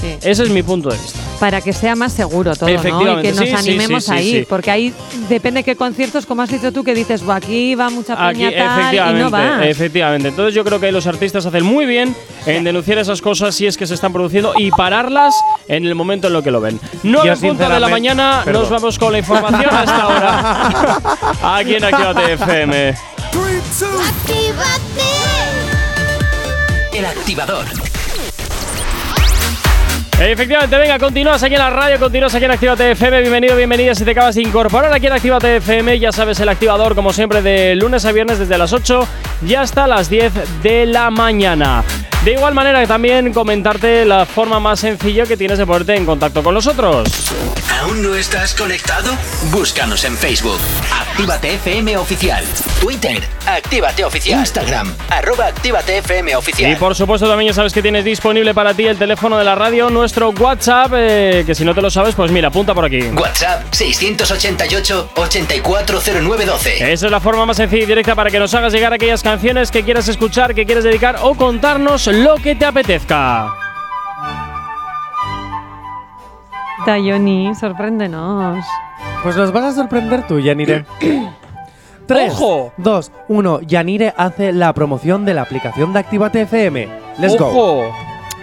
[SPEAKER 3] Sí.
[SPEAKER 2] Ese es mi punto de vista.
[SPEAKER 3] Para que sea más seguro todo, ¿no? Y
[SPEAKER 2] Efectivamente,
[SPEAKER 3] que nos
[SPEAKER 2] sí, sí,
[SPEAKER 3] animemos
[SPEAKER 2] sí, sí,
[SPEAKER 3] a ir.
[SPEAKER 2] sí.
[SPEAKER 3] Porque ahí depende qué conciertos, como has dicho tú, que dices, "Buah, aquí va mucha
[SPEAKER 2] Aquí,
[SPEAKER 3] peña tal, y
[SPEAKER 2] efectivamente,
[SPEAKER 3] no va.
[SPEAKER 2] efectivamente. Entonces yo creo que los artistas hacen muy bien en denunciar esas cosas si es que se están produciendo y pararlas en el momento en lo que lo ven. 9 en punto de la
[SPEAKER 4] sinceramente-
[SPEAKER 2] mañana,
[SPEAKER 4] perdón.
[SPEAKER 2] nos vamos con la información hasta
[SPEAKER 4] <laughs>
[SPEAKER 2] ahora. Aquí en Actívate FM.
[SPEAKER 7] Actívate.
[SPEAKER 1] El activador.
[SPEAKER 2] Eh, Efectivamente, venga, continúas aquí en la radio, continúas aquí en Actívate FM. Bienvenido, bienvenida. Si te acabas de incorporar aquí en Actívate FM, ya sabes, el activador, como siempre, de lunes a viernes desde las 8 y hasta las 10 de la mañana. De igual manera, también comentarte la forma más sencilla que tienes de ponerte en contacto con nosotros.
[SPEAKER 1] ¿Aún no estás conectado? Búscanos en Facebook. Actívate FM Oficial. Twitter. Actívate Oficial. Instagram. Arroba Actívate FM Oficial.
[SPEAKER 2] Y por supuesto también ya sabes que tienes disponible para ti el teléfono de la radio, nuestro WhatsApp, eh, que si no te lo sabes, pues mira, apunta por aquí.
[SPEAKER 1] WhatsApp 688 840912.
[SPEAKER 2] Esa es la forma más sencilla y directa para que nos hagas llegar aquellas canciones que quieras escuchar, que quieres dedicar o contarnos lo que te apetezca.
[SPEAKER 3] Dayoni, sorpréndenos.
[SPEAKER 4] Pues nos vas a sorprender
[SPEAKER 2] <clears throat>
[SPEAKER 4] tú, Yanire. 3,
[SPEAKER 9] ¡Ojo!
[SPEAKER 4] 2, 1. Yanire hace la promoción de la aplicación de Actívate FM. Let's go.
[SPEAKER 9] ¡Ojo!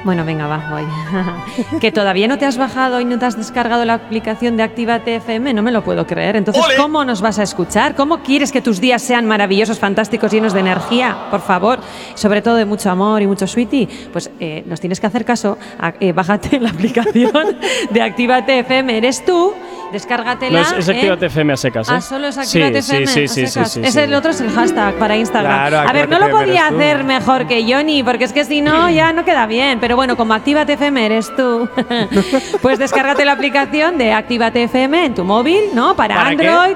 [SPEAKER 3] Bueno, venga, va, voy. <laughs> que todavía no te has bajado y no te has descargado la aplicación de Actívate FM, no me lo puedo creer. Entonces,
[SPEAKER 9] ¡Ole!
[SPEAKER 3] ¿cómo nos vas a escuchar? ¿Cómo quieres que tus días sean maravillosos, fantásticos, llenos de energía? Por favor, sobre todo de mucho amor y mucho sweetie. Pues eh, nos tienes que hacer caso. a- eh, bájate la <laughs> aplicación de Actívate FM. Eres tú,
[SPEAKER 2] No,
[SPEAKER 3] descárgatela.
[SPEAKER 2] es, es
[SPEAKER 3] en-
[SPEAKER 2] Actívate FM a secas, ¿eh?
[SPEAKER 3] Ah, solo es Actívate
[SPEAKER 2] sí,
[SPEAKER 3] FM.
[SPEAKER 2] Sí, sí,
[SPEAKER 3] a
[SPEAKER 2] sí,
[SPEAKER 3] secas.
[SPEAKER 2] sí,
[SPEAKER 3] Es
[SPEAKER 2] sí.
[SPEAKER 3] el otro es el hashtag para Instagram.
[SPEAKER 4] Claro,
[SPEAKER 3] a ver, no
[SPEAKER 4] Actívate
[SPEAKER 3] lo
[SPEAKER 4] FM
[SPEAKER 3] podía
[SPEAKER 4] eres tú.
[SPEAKER 3] hacer mejor que Johnny, porque es que si no ya no queda bien. Pero bueno, como Actívate FM eres tú, <laughs> pues descárgate la aplicación de Actívate FM en tu móvil, ¿no? Para,
[SPEAKER 4] ¿Para qué?
[SPEAKER 3] Android.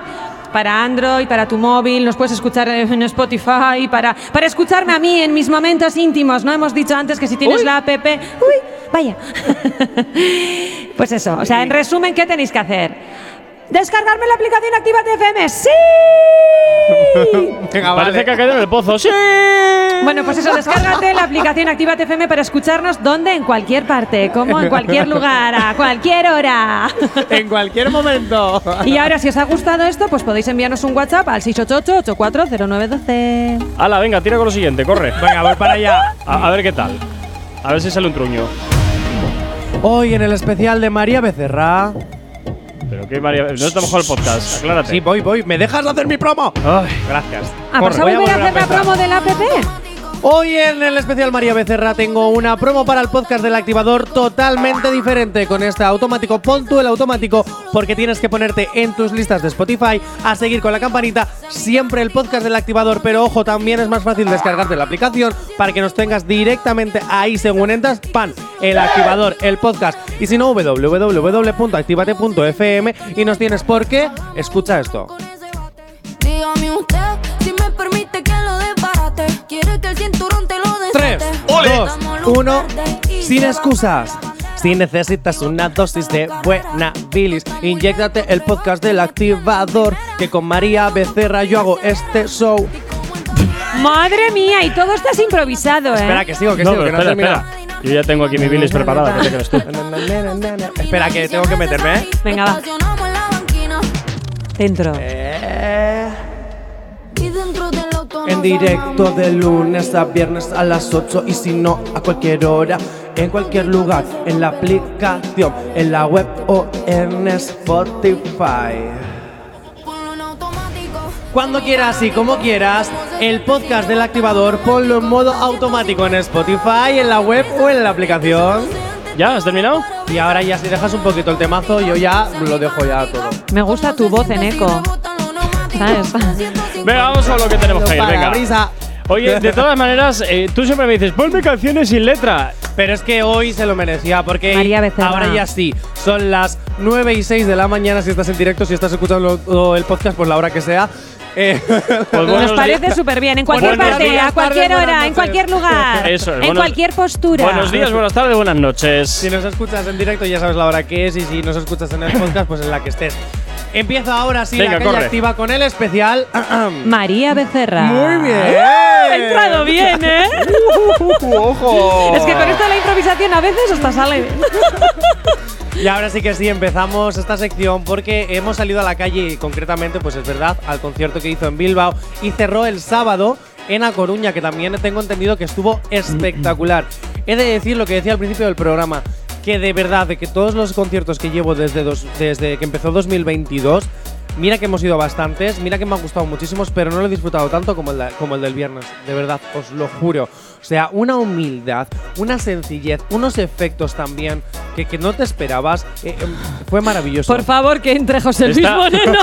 [SPEAKER 3] Para Android, para tu móvil, nos puedes escuchar en Spotify, para, para escucharme a mí en mis momentos íntimos, ¿no? Hemos dicho antes que si tienes la app, uy, vaya. <laughs> pues eso, o sea, en resumen, ¿qué tenéis que hacer? ¿Descargarme la aplicación Actívate FM?
[SPEAKER 4] <laughs>
[SPEAKER 3] ¡Sí!
[SPEAKER 4] Venga,
[SPEAKER 2] Parece
[SPEAKER 4] vale.
[SPEAKER 2] que ha caído en el pozo.
[SPEAKER 3] <laughs>
[SPEAKER 2] ¡Sí!
[SPEAKER 3] Bueno, pues eso, descárgate la aplicación Actívate FM para escucharnos donde, en cualquier parte, como en cualquier lugar, a cualquier hora.
[SPEAKER 4] en cualquier
[SPEAKER 2] <laughs>
[SPEAKER 4] momento.
[SPEAKER 3] Y ahora, si os ha gustado esto, pues podéis enviarnos un WhatsApp al 688-840912.
[SPEAKER 2] Hala, venga, tira con lo siguiente, corre.
[SPEAKER 4] Venga, voy para allá.
[SPEAKER 2] A, a ver qué tal. A ver si sale un truño.
[SPEAKER 4] Hoy en el especial de María Becerra.
[SPEAKER 2] Pero qué María. No está mejor el podcast, aclárate.
[SPEAKER 4] Sí, voy, voy. ¿Me dejas hacer mi promo?
[SPEAKER 2] Ay,
[SPEAKER 4] Gracias.
[SPEAKER 3] Ah,
[SPEAKER 4] Corre,
[SPEAKER 3] ¿vas a
[SPEAKER 4] voy
[SPEAKER 3] volver a, hacer la
[SPEAKER 4] empezar.
[SPEAKER 3] promo del app?
[SPEAKER 4] Hoy en el especial María Becerra tengo una promo para el podcast del activador totalmente diferente con este automático. Pon tú el automático porque tienes que ponerte en tus listas de Spotify a seguir con la campanita siempre el podcast del activador. Pero ojo, también es más fácil descargarte la aplicación para que nos tengas directamente ahí según entras. Pan, el activador, el podcast. Y si no, www.activate.fm y nos tienes porque escucha esto.
[SPEAKER 10] Dígame usted si me permite que lo desbarate. Quiere que el cinturón te lo desate.
[SPEAKER 4] 3, 2, 1, sin excusas. Si necesitas una dosis de buena bilis, inyectate el podcast del activador, que con María Becerra yo hago este show.
[SPEAKER 3] Madre mía, y todo estás improvisado, ¿eh?
[SPEAKER 4] Espera, que sigo, que
[SPEAKER 2] no,
[SPEAKER 4] sigo,
[SPEAKER 2] pero
[SPEAKER 4] que no he
[SPEAKER 2] espera,
[SPEAKER 4] terminado.
[SPEAKER 2] espera. Yo ya tengo aquí mi bilis preparada, ¿qué te crees tú?
[SPEAKER 4] Espera, que tengo que meterme, ¿eh?
[SPEAKER 3] Venga, va. Dentro.
[SPEAKER 4] En directo de lunes a viernes a las 8 y si no a cualquier hora, en cualquier lugar, en la aplicación, en la web o en Spotify. Cuando quieras y como quieras, el podcast del activador ponlo en modo automático en Spotify, en la web o en la aplicación.
[SPEAKER 2] ¿Ya? ¿Has terminado?
[SPEAKER 4] Y ahora ya si dejas un poquito el temazo, yo ya lo dejo ya todo.
[SPEAKER 3] Me gusta tu voz en eco. ¿Sabes?
[SPEAKER 2] Venga, vamos a lo que tenemos que ir, venga.
[SPEAKER 4] Brisa.
[SPEAKER 2] Oye,
[SPEAKER 4] <laughs>
[SPEAKER 2] de todas maneras, eh, tú siempre me dices, ponme canciones sin letra.
[SPEAKER 4] Pero es que hoy se lo merecía, porque
[SPEAKER 3] María Becerra.
[SPEAKER 4] ahora ya sí. Son las 9 y 6 de la mañana si estás en directo, si estás escuchando lo- el podcast por la hora que sea. Eh,
[SPEAKER 2] <laughs> Pues
[SPEAKER 3] Nos
[SPEAKER 2] buenos
[SPEAKER 3] parece
[SPEAKER 2] días-
[SPEAKER 3] súper bien. En cualquier
[SPEAKER 2] Buenos
[SPEAKER 3] parte,
[SPEAKER 4] días,
[SPEAKER 3] a cualquier
[SPEAKER 4] tardes,
[SPEAKER 3] hora,
[SPEAKER 4] buenas
[SPEAKER 3] en cualquier
[SPEAKER 4] noches.
[SPEAKER 3] lugar,
[SPEAKER 2] Eso es,
[SPEAKER 3] en
[SPEAKER 2] buenos-
[SPEAKER 3] cualquier postura.
[SPEAKER 2] Buenos días, buenas tardes, buenas noches.
[SPEAKER 4] <laughs> Si nos escuchas en directo ya sabes la hora que es y si nos escuchas en el podcast pues en la que estés. Empieza ahora sí
[SPEAKER 2] Venga,
[SPEAKER 4] la calle
[SPEAKER 2] corre.
[SPEAKER 4] activa con el especial. <clears throat>
[SPEAKER 3] María Becerra. ¡Ah!
[SPEAKER 4] Muy bien. Uh,
[SPEAKER 3] Ha entrado bien, ¿eh?
[SPEAKER 4] Ojo.
[SPEAKER 3] Es que con esto de la improvisación a veces hasta sale.
[SPEAKER 4] Y ahora sí que sí empezamos esta sección porque hemos salido a la calle y concretamente pues es verdad al concierto que hizo en Bilbao y cerró el sábado en A Coruña que también tengo entendido que estuvo espectacular. He de decir lo que decía al principio del programa que de verdad de que todos los conciertos que llevo desde dos- desde que empezó 2022 Mira que hemos ido a bastantes, mira que me han gustado muchísimos, pero no lo he disfrutado tanto como el, de- como el del viernes, de verdad, os lo juro. O sea, una humildad, una sencillez, unos efectos también, que, que no te esperabas. Eh, em, fue maravilloso.
[SPEAKER 3] Por favor, que entre José Luis
[SPEAKER 2] Está- <laughs>
[SPEAKER 3] Moreno.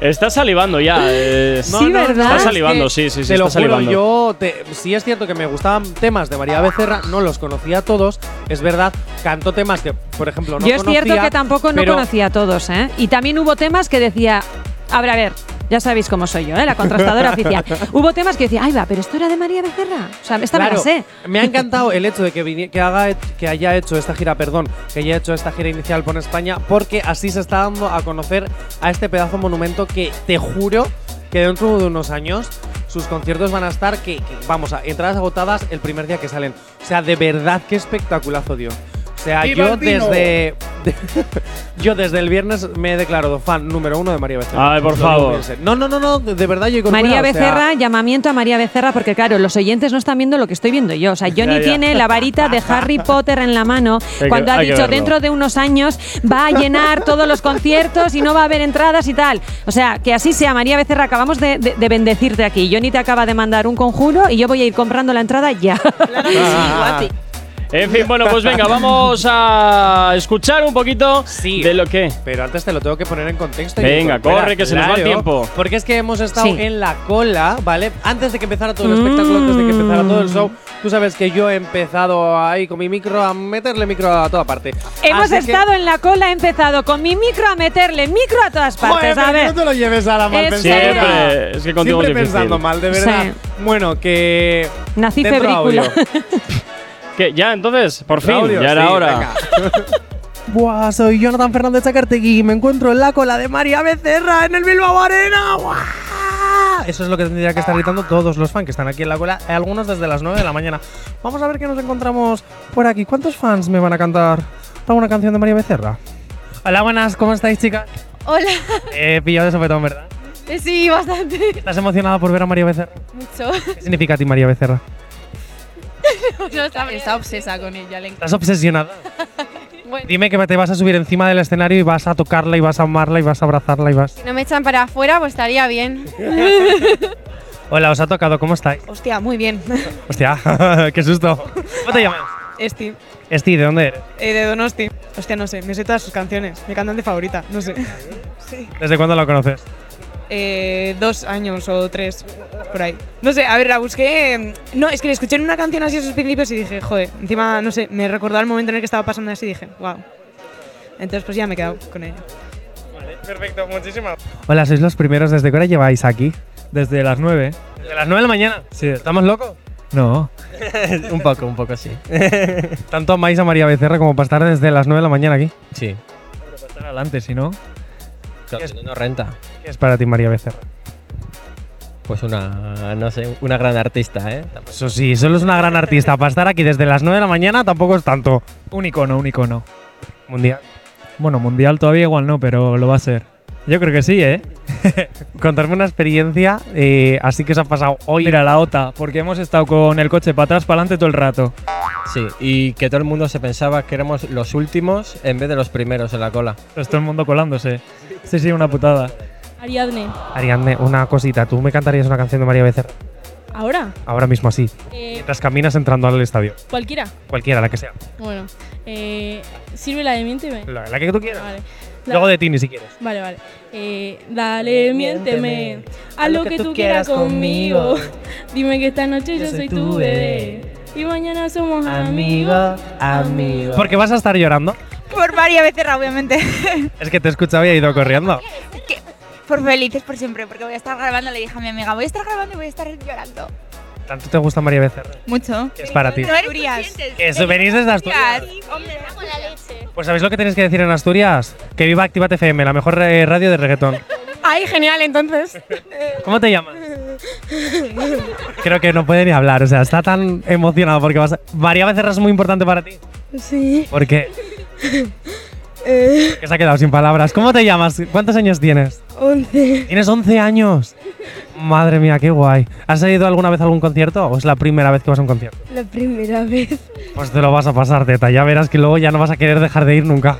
[SPEAKER 2] Está salivando ya. eh.
[SPEAKER 4] No,
[SPEAKER 3] sí,
[SPEAKER 4] no,
[SPEAKER 3] ¿verdad?
[SPEAKER 2] Está
[SPEAKER 4] es
[SPEAKER 2] salivando,
[SPEAKER 4] que
[SPEAKER 2] sí, sí, sí.
[SPEAKER 4] Eh,
[SPEAKER 2] está
[SPEAKER 4] Te lo juro,
[SPEAKER 2] salivando.
[SPEAKER 4] yo te- sí es cierto que me gustaban temas de María Becerra, no los conocía todos, es verdad, cantó temas que, por ejemplo, no
[SPEAKER 3] Yo es cierto
[SPEAKER 4] conocía,
[SPEAKER 3] que tampoco no
[SPEAKER 4] pero
[SPEAKER 3] conocía a todos, ¿eh? Y también hubo temas que decía, a ver, a ver, ya sabéis cómo soy yo, ¿eh? La contrastadora oficial. Hubo temas que decía, ay va, pero esto era de María Becerra. O sea, esta me
[SPEAKER 4] claro,
[SPEAKER 3] la sé.
[SPEAKER 4] me ha encantado el hecho de que, vini- que, haga, que haya hecho esta gira, perdón, que haya hecho esta gira inicial por España, porque así se está dando a conocer a este pedazo de monumento que te juro que dentro de unos años sus conciertos van a estar, que, que, vamos, a entradas agotadas el primer día que salen. O sea, de verdad, qué espectaculazo, Dios. O sea, yo desde. <laughs> yo desde el viernes me he declarado fan número uno de María Becerra.
[SPEAKER 2] Ay, por
[SPEAKER 4] No lo
[SPEAKER 2] favor.
[SPEAKER 4] piensen. No, no, no, no, de de verdad yo
[SPEAKER 2] Pues
[SPEAKER 4] con
[SPEAKER 3] María
[SPEAKER 4] una, o sea,
[SPEAKER 3] Becerra, llamamiento a María Becerra, porque claro, los oyentes no están viendo lo que estoy viendo yo.
[SPEAKER 2] <laughs>
[SPEAKER 3] O sea, Johnny
[SPEAKER 2] Ya, ya.
[SPEAKER 3] tiene la
[SPEAKER 2] <laughs>
[SPEAKER 3] varita de Harry Potter en la mano
[SPEAKER 2] que-
[SPEAKER 3] cuando ha
[SPEAKER 2] hay que
[SPEAKER 3] dicho
[SPEAKER 2] verlo.
[SPEAKER 3] dentro de unos años va a llenar todos los conciertos y no va a haber entradas y tal. O sea, que así sea, María Becerra, acabamos de, de- de bendecirte aquí. Johnny te acaba de mandar un conjuro y yo voy a ir comprando la entrada ya. <laughs>
[SPEAKER 2] Ah. En fin, bueno, pues venga, vamos a escuchar un poquito
[SPEAKER 4] Sí.
[SPEAKER 2] de lo que.
[SPEAKER 4] Pero antes te lo tengo que poner en contexto.
[SPEAKER 2] Venga,
[SPEAKER 4] incorporar.
[SPEAKER 2] corre, que se nos va el tiempo.
[SPEAKER 4] Porque es que hemos estado
[SPEAKER 3] Sí. Mm.
[SPEAKER 4] en la cola, ¿vale? Antes de que empezara todo el espectáculo, antes de que empezara todo el show, tú sabes que yo he empezado ahí con mi micro a meterle micro a toda parte.
[SPEAKER 3] Hemos
[SPEAKER 4] Así que-
[SPEAKER 3] estado en la cola, he empezado con mi micro a meterle micro a todas
[SPEAKER 4] Joder,
[SPEAKER 3] partes.
[SPEAKER 4] pero
[SPEAKER 3] a
[SPEAKER 4] que
[SPEAKER 3] ver.
[SPEAKER 4] no te lo lleves a la mal
[SPEAKER 3] Ese-
[SPEAKER 4] pensada.
[SPEAKER 2] Siempre, es que contigo
[SPEAKER 4] Siempre
[SPEAKER 2] es difícil.
[SPEAKER 4] pensando mal, de
[SPEAKER 3] Sí.
[SPEAKER 4] verdad. Bueno, que.
[SPEAKER 3] Nací
[SPEAKER 4] dentro
[SPEAKER 3] febrícula.
[SPEAKER 4] audio.
[SPEAKER 3] <laughs>
[SPEAKER 2] ¿Qué? Ya, entonces, por fin,
[SPEAKER 4] Claudio,
[SPEAKER 2] ya era
[SPEAKER 4] sí,
[SPEAKER 2] hora.
[SPEAKER 4] venga. <laughs> Buah, soy Jonathan Fernández Zacartegui y me encuentro en la cola de María Becerra en el Bilbao Arena. Buah. Eso es lo que tendría que estar gritando todos los fans que están aquí en la cola, eh, algunos desde las 9 de la mañana. Vamos a ver qué nos encontramos por aquí. ¿Cuántos fans me van a cantar alguna canción de María Becerra? Hola, buenas, ¿cómo estáis, chicas?
[SPEAKER 9] Hola, Eh,
[SPEAKER 4] Eh, pillado de sopetón, ¿verdad?
[SPEAKER 9] sí, bastante.
[SPEAKER 4] ¿Estás emocionada por ver a María Becerra?
[SPEAKER 9] Mucho.
[SPEAKER 4] ¿Qué significa a ti, María Becerra?
[SPEAKER 9] está, está obsesa con ella, le encanta.
[SPEAKER 4] ¿Estás obsesionada?
[SPEAKER 9] <laughs> Bueno,
[SPEAKER 4] Dime que te vas a subir encima del escenario y vas a tocarla y vas a amarla y vas a abrazarla y vas.
[SPEAKER 9] si no me echan para afuera, pues estaría bien.
[SPEAKER 4] <laughs> Hola, os ha tocado, ¿cómo estáis?
[SPEAKER 9] Hostia, muy bien.
[SPEAKER 4] Hostia, <laughs> qué susto. ¿Cómo te llamas?
[SPEAKER 9] Esti,
[SPEAKER 4] Esti, ¿de dónde eres?
[SPEAKER 9] Eh, de Donosti. Hostia, no sé, me sé todas sus canciones. Mi cantante favorita, no sé.
[SPEAKER 4] ¿Desde cuándo la conoces?
[SPEAKER 9] Eh, dos años o tres, por ahí. No sé, a ver, la busqué. mm, No, es que le escuché en una canción así a sus principios y dije, joder, encima, no sé, me recordaba el momento en el que estaba pasando así y dije, wow. Entonces, pues ya me he quedado con ella.
[SPEAKER 4] Perfecto, muchísimas. Hola, sois los primeros. ¿Desde qué hora lleváis aquí? Desde las 9. ¿Desde las 9 de la mañana? Sí. ¿Estamos locos? <laughs> No.
[SPEAKER 11] Un poco, un
[SPEAKER 4] <laughs>
[SPEAKER 11] poco sí.
[SPEAKER 4] Tanto amáis a María Becerra como para estar desde las 9 de la mañana aquí.
[SPEAKER 11] Sí.
[SPEAKER 4] Estar adelante, si no.
[SPEAKER 11] Claro, si no, no renta.
[SPEAKER 4] ¿Qué es para ti, María Becerra?
[SPEAKER 11] Pues una, no sé, una gran artista, ¿eh? Tampoco-
[SPEAKER 4] Eso sí, solo es una gran artista. Para estar aquí desde las 9 de la mañana tampoco es tanto. Un icono, un icono. Mundial. Bueno, mundial todavía igual no, pero lo va a ser. Yo creo que sí, ¿eh? <laughs> Contarme una experiencia eh, así que os ha pasado hoy. Mira, la OTA, porque hemos estado con el coche para atrás, para adelante todo el rato.
[SPEAKER 11] Sí, y que todo el mundo se pensaba que éramos los últimos en vez de los primeros en la cola.
[SPEAKER 4] Pues todo el mundo colándose. Sí, sí, una putada.
[SPEAKER 9] Ariadne,
[SPEAKER 4] Ariadne, una cosita. ¿Tú me cantarías una canción de María Becerra?
[SPEAKER 9] ¿ahora?
[SPEAKER 4] Ahora mismo así.
[SPEAKER 9] Eh,
[SPEAKER 4] Mientras caminas entrando al estadio.
[SPEAKER 9] Cualquiera.
[SPEAKER 4] Cualquiera, la que sea.
[SPEAKER 9] Bueno, eh, sirve la de miénteme.
[SPEAKER 4] La, la que tú quieras.
[SPEAKER 9] Vale. La-
[SPEAKER 4] Luego de ti, ni si quieres.
[SPEAKER 9] Vale, vale. Eh, dale, miénteme.
[SPEAKER 11] a
[SPEAKER 9] Haz lo que tú quieras conmigo. Dime que esta noche yo soy tu bebé. Y mañana somos amigos.
[SPEAKER 11] amigo.
[SPEAKER 4] Porque vas a estar llorando.
[SPEAKER 9] Por María Becerra, obviamente. <laughs>
[SPEAKER 4] Es que te escuchaba y he ido corriendo.
[SPEAKER 9] por felices por siempre, porque voy a estar grabando, le dije a mi amiga, voy a estar grabando y voy a estar llorando.
[SPEAKER 4] ¿Tanto te gusta María Becerra?
[SPEAKER 9] Mucho.
[SPEAKER 4] Que es para ti.
[SPEAKER 9] Asturias.
[SPEAKER 4] Que so- venís desde Asturias. Pues ¿sabéis lo que tenéis que decir en Asturias? Que viva Actívate FM, la mejor eh, radio de reggaetón.
[SPEAKER 9] Ay, genial, entonces.
[SPEAKER 4] <laughs> ¿Cómo te llamas? Creo que no puede ni hablar, o sea, está tan emocionado porque vas a- María Becerra es muy importante para ti.
[SPEAKER 9] Sí.
[SPEAKER 4] ¿Por qué?
[SPEAKER 9] Eh.
[SPEAKER 4] Que se ha quedado sin palabras. ¿Cómo te llamas? ¿Cuántos años tienes?
[SPEAKER 9] 11.
[SPEAKER 4] Tienes 11 años. Madre mía, qué guay. ¿Has ido alguna vez a algún concierto o es la primera vez que vas a un concierto?
[SPEAKER 9] La primera vez.
[SPEAKER 4] Pues te lo vas a pasar, teta. Ya verás que luego ya no vas a querer dejar de ir nunca.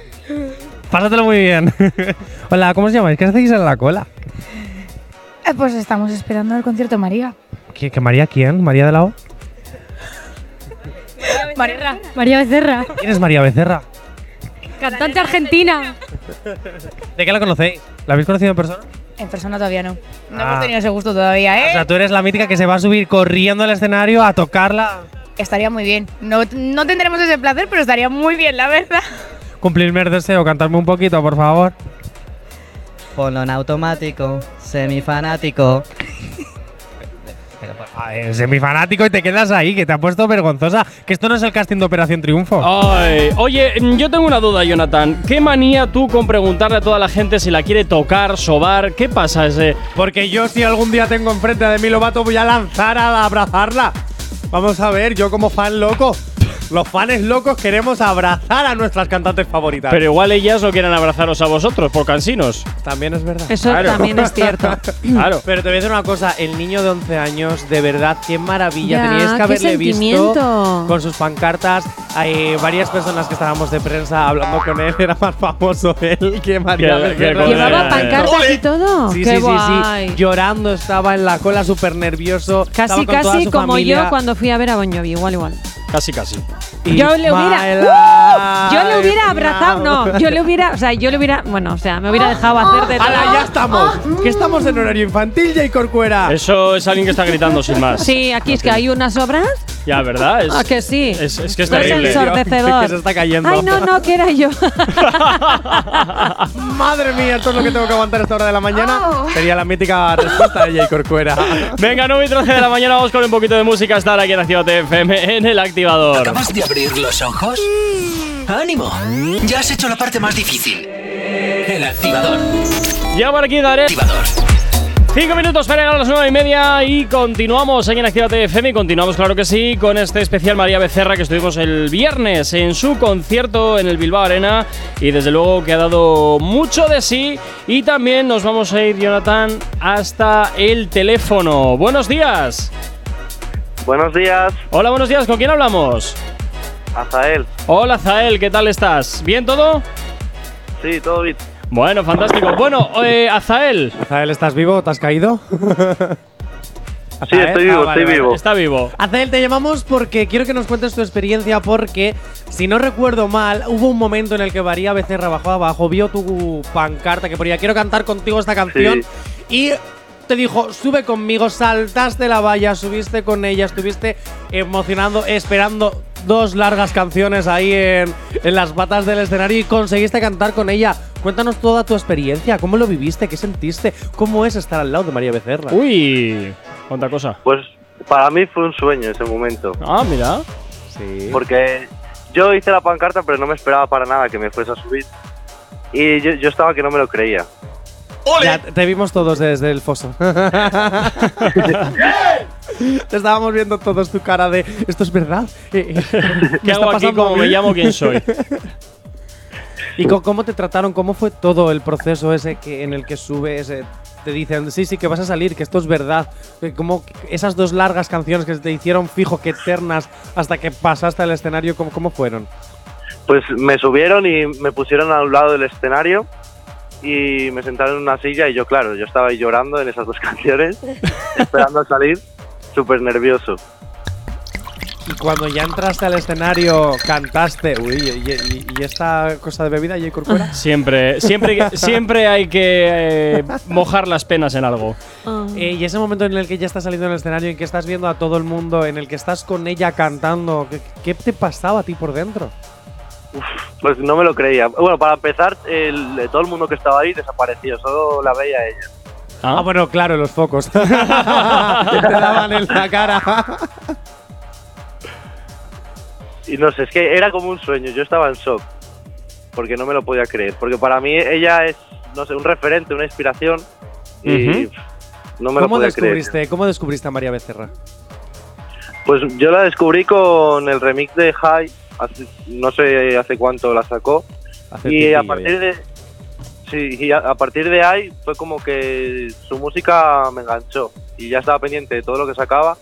[SPEAKER 4] Pásatelo muy bien. <laughs> Hola, ¿cómo os llamáis? ¿Qué hacéis en la cola?
[SPEAKER 9] pues estamos esperando el concierto María.
[SPEAKER 4] ¿Que, que María quién? ¿María de la O?
[SPEAKER 12] María, María Becerra,
[SPEAKER 4] ¿Quién es María Becerra?
[SPEAKER 12] cantante argentina.
[SPEAKER 4] ¿De qué la conocéis? ¿La habéis conocido en persona?
[SPEAKER 9] En persona todavía no. No
[SPEAKER 4] Ah.
[SPEAKER 9] hemos tenido ese gusto todavía,
[SPEAKER 4] O
[SPEAKER 9] ¿eh?
[SPEAKER 4] sea, tú eres la mítica que se va a subir corriendo al escenario a tocarla.
[SPEAKER 9] Estaría muy bien. No, no tendremos ese placer, pero estaría muy bien, la verdad.
[SPEAKER 4] Cumplirme el deseo, cantarme un poquito, por favor.
[SPEAKER 13] Ponlo en automático, semifanático.
[SPEAKER 4] eh, Semifanático y te quedas ahí, que te ha puesto vergonzosa. Que esto no es el casting de Operación Triunfo.
[SPEAKER 2] Oh. Ay, oye, mm, yo tengo una duda, Jonathan. ¿Qué manía tú con preguntarle a toda la gente si la quiere tocar, sobar? ¿Qué pasa ese?
[SPEAKER 4] Porque yo si algún día tengo enfrente a Demi Lovato voy a lanzar a abrazarla. Vamos a ver, yo como fan loco, los fans locos queremos abrazar a nuestras cantantes favoritas.
[SPEAKER 2] Pero igual ellas no quieren abrazaros a vosotros por
[SPEAKER 4] <clears throat>
[SPEAKER 2] cansinos.
[SPEAKER 4] También es verdad.
[SPEAKER 2] Eso Claro. también es cierto. <laughs>
[SPEAKER 4] <laughs>
[SPEAKER 2] Claro.
[SPEAKER 4] Pero te voy a decir una cosa, el niño de 11 años, de verdad, qué maravilla.
[SPEAKER 3] Ya,
[SPEAKER 4] Teníais que
[SPEAKER 3] qué
[SPEAKER 4] haberle visto
[SPEAKER 3] sentimiento.
[SPEAKER 4] con sus pancartas. Hay varias personas que estábamos de prensa hablando con él, <laughs> era más famoso él que María.
[SPEAKER 2] Que- que
[SPEAKER 4] Becerra.
[SPEAKER 2] con Llevaba ella, eh.
[SPEAKER 3] ¿Cartas y todo?
[SPEAKER 4] Sí,
[SPEAKER 3] Qué
[SPEAKER 4] sí, sí,
[SPEAKER 3] guay.
[SPEAKER 4] sí. Llorando, estaba en la cola súper nervioso.
[SPEAKER 3] Casi, casi como yo cuando fui a ver a Bon Jovi, igual, igual.
[SPEAKER 2] Casi, casi.
[SPEAKER 3] Yo le hubiera. ¡Uh! Yo le hubiera abrazado. No, yo le hubiera. O sea, yo le hubiera. Bueno, o sea, me hubiera ¡Ah! dejado hacer de todo.
[SPEAKER 4] ¡Hala, ah, ya estamos! que estamos en horario infantil, Jay Corcuera.
[SPEAKER 2] Eso es alguien que está gritando sin más.
[SPEAKER 3] Sí, aquí es que hay unas obras.
[SPEAKER 2] Ya, ¿verdad? Es,
[SPEAKER 3] Ah, que sí. Pues
[SPEAKER 2] Es, es que <laughs> es
[SPEAKER 3] No es
[SPEAKER 2] terrible.
[SPEAKER 3] ensordecedor.
[SPEAKER 4] Que se está cayendo.
[SPEAKER 3] Ay, no, no, que era yo.
[SPEAKER 4] Madre mía, esto es lo que tengo que aguantar a esta hora de la mañana. Sería la mítica respuesta de Jay Corcuera.
[SPEAKER 2] Venga, 9 y 13 de la mañana, vamos con un poquito de música. Estar aquí en Actívate FM en el activador.
[SPEAKER 1] ¿Acabas de abrir los ojos? ¡Ánimo! Ya has hecho la parte más difícil. El activador.
[SPEAKER 2] Ya por aquí daré. Cinco minutos para llegar a las nueve y media y continuamos en Actívate FM y continuamos, claro que sí, con este especial María Becerra que estuvimos el viernes en su concierto en el Bilbao Arena y desde luego que ha dado mucho de sí y también nos vamos a ir, Jonathan, hasta el teléfono. Buenos días.
[SPEAKER 14] Buenos días,
[SPEAKER 2] Hola, buenos días, ¿con quién hablamos?
[SPEAKER 14] Azael.
[SPEAKER 2] Hola, Zael, ¿qué tal estás? ¿Bien todo?
[SPEAKER 14] Sí, todo bien.
[SPEAKER 2] Bueno, fantástico. Bueno, eh, Azael.
[SPEAKER 4] Azael, ¿estás vivo? ¿Te has caído? ah,
[SPEAKER 14] Sí, estoy vivo, estoy vivo.
[SPEAKER 2] Está vivo.
[SPEAKER 4] Azael, te llamamos porque quiero que nos cuentes tu experiencia porque, si no recuerdo mal, hubo un momento en el que María Becerra bajó abajo, vio tu pancarta que ponía quiero cantar contigo esta canción y te dijo sube conmigo, saltaste la valla, subiste con ella, estuviste emocionando, esperando dos largas canciones ahí en, en las patas del escenario y conseguiste cantar con ella. Cuéntanos toda tu experiencia, cómo lo viviste, qué sentiste, cómo es estar al lado de María Becerra.
[SPEAKER 2] Uy, cuánta cosa.
[SPEAKER 14] Pues para mí fue un sueño ese momento.
[SPEAKER 2] Ah, mira.
[SPEAKER 4] Sí.
[SPEAKER 14] Porque yo hice la pancarta, pero no me esperaba para nada que me fuese a subir. Y yo, yo estaba que no me lo creía.
[SPEAKER 4] Ya te vimos todos desde
[SPEAKER 2] <laughs>
[SPEAKER 4] el foso. te estábamos viendo todos tu cara de esto es verdad.
[SPEAKER 2] <laughs>
[SPEAKER 4] Eh, eh, me
[SPEAKER 2] ¿Qué
[SPEAKER 4] está
[SPEAKER 2] hago aquí?
[SPEAKER 4] pasando a
[SPEAKER 2] ¿Cómo
[SPEAKER 4] mí?".
[SPEAKER 2] me llamo? ¿Quién soy?
[SPEAKER 4] ¿Y co- cómo te trataron? ¿Cómo fue todo el proceso ese que, en el que subes? eh, te dicen, sí, sí, que vas a salir, que esto es verdad. Eh, ¿Cómo esas dos largas canciones que te hicieron fijo, que eternas, hasta que pasaste al escenario, ¿cómo, cómo fueron?
[SPEAKER 14] Pues me subieron y me pusieron a un lado del escenario y me sentaron en una silla y yo, claro, yo estaba ahí llorando en esas dos <laughs> canciones, esperando a salir, súper nervioso.
[SPEAKER 4] Y cuando ya entraste al escenario, cantaste. Uy, ¿y, y- y esta cosa de bebida, J. Corcuera?
[SPEAKER 2] Siempre, siempre, siempre hay que eh, mojar las penas en algo.
[SPEAKER 4] Eh, y ese momento en el que ya estás saliendo en el escenario, en que estás viendo a todo el mundo, en el que estás con ella cantando, ¿qué, qué te pasaba a ti por dentro?
[SPEAKER 14] Pues no me lo creía. Bueno, para empezar, el- todo el mundo que estaba ahí desapareció, solo la veía a ella.
[SPEAKER 4] Ah, bueno, claro, los focos. <laughs> te daban en la cara.
[SPEAKER 14] Y no sé, es que era como un sueño, yo estaba en shock, porque no me lo podía creer, porque para mí ella es, no sé, un referente, una inspiración, y
[SPEAKER 4] Ujú.
[SPEAKER 14] pff, no me lo
[SPEAKER 4] ¿Cómo
[SPEAKER 14] podía creer.
[SPEAKER 4] descubriste, ¿Cómo descubriste a María Becerra?
[SPEAKER 14] Pues yo la descubrí con el remix de High, hace- no sé hace cuánto la sacó,
[SPEAKER 4] Hace
[SPEAKER 14] y a
[SPEAKER 4] tiempillo
[SPEAKER 14] partir de... Sí, y a, a partir de ahí fue como que su música me enganchó y ya estaba pendiente de todo lo que sacaba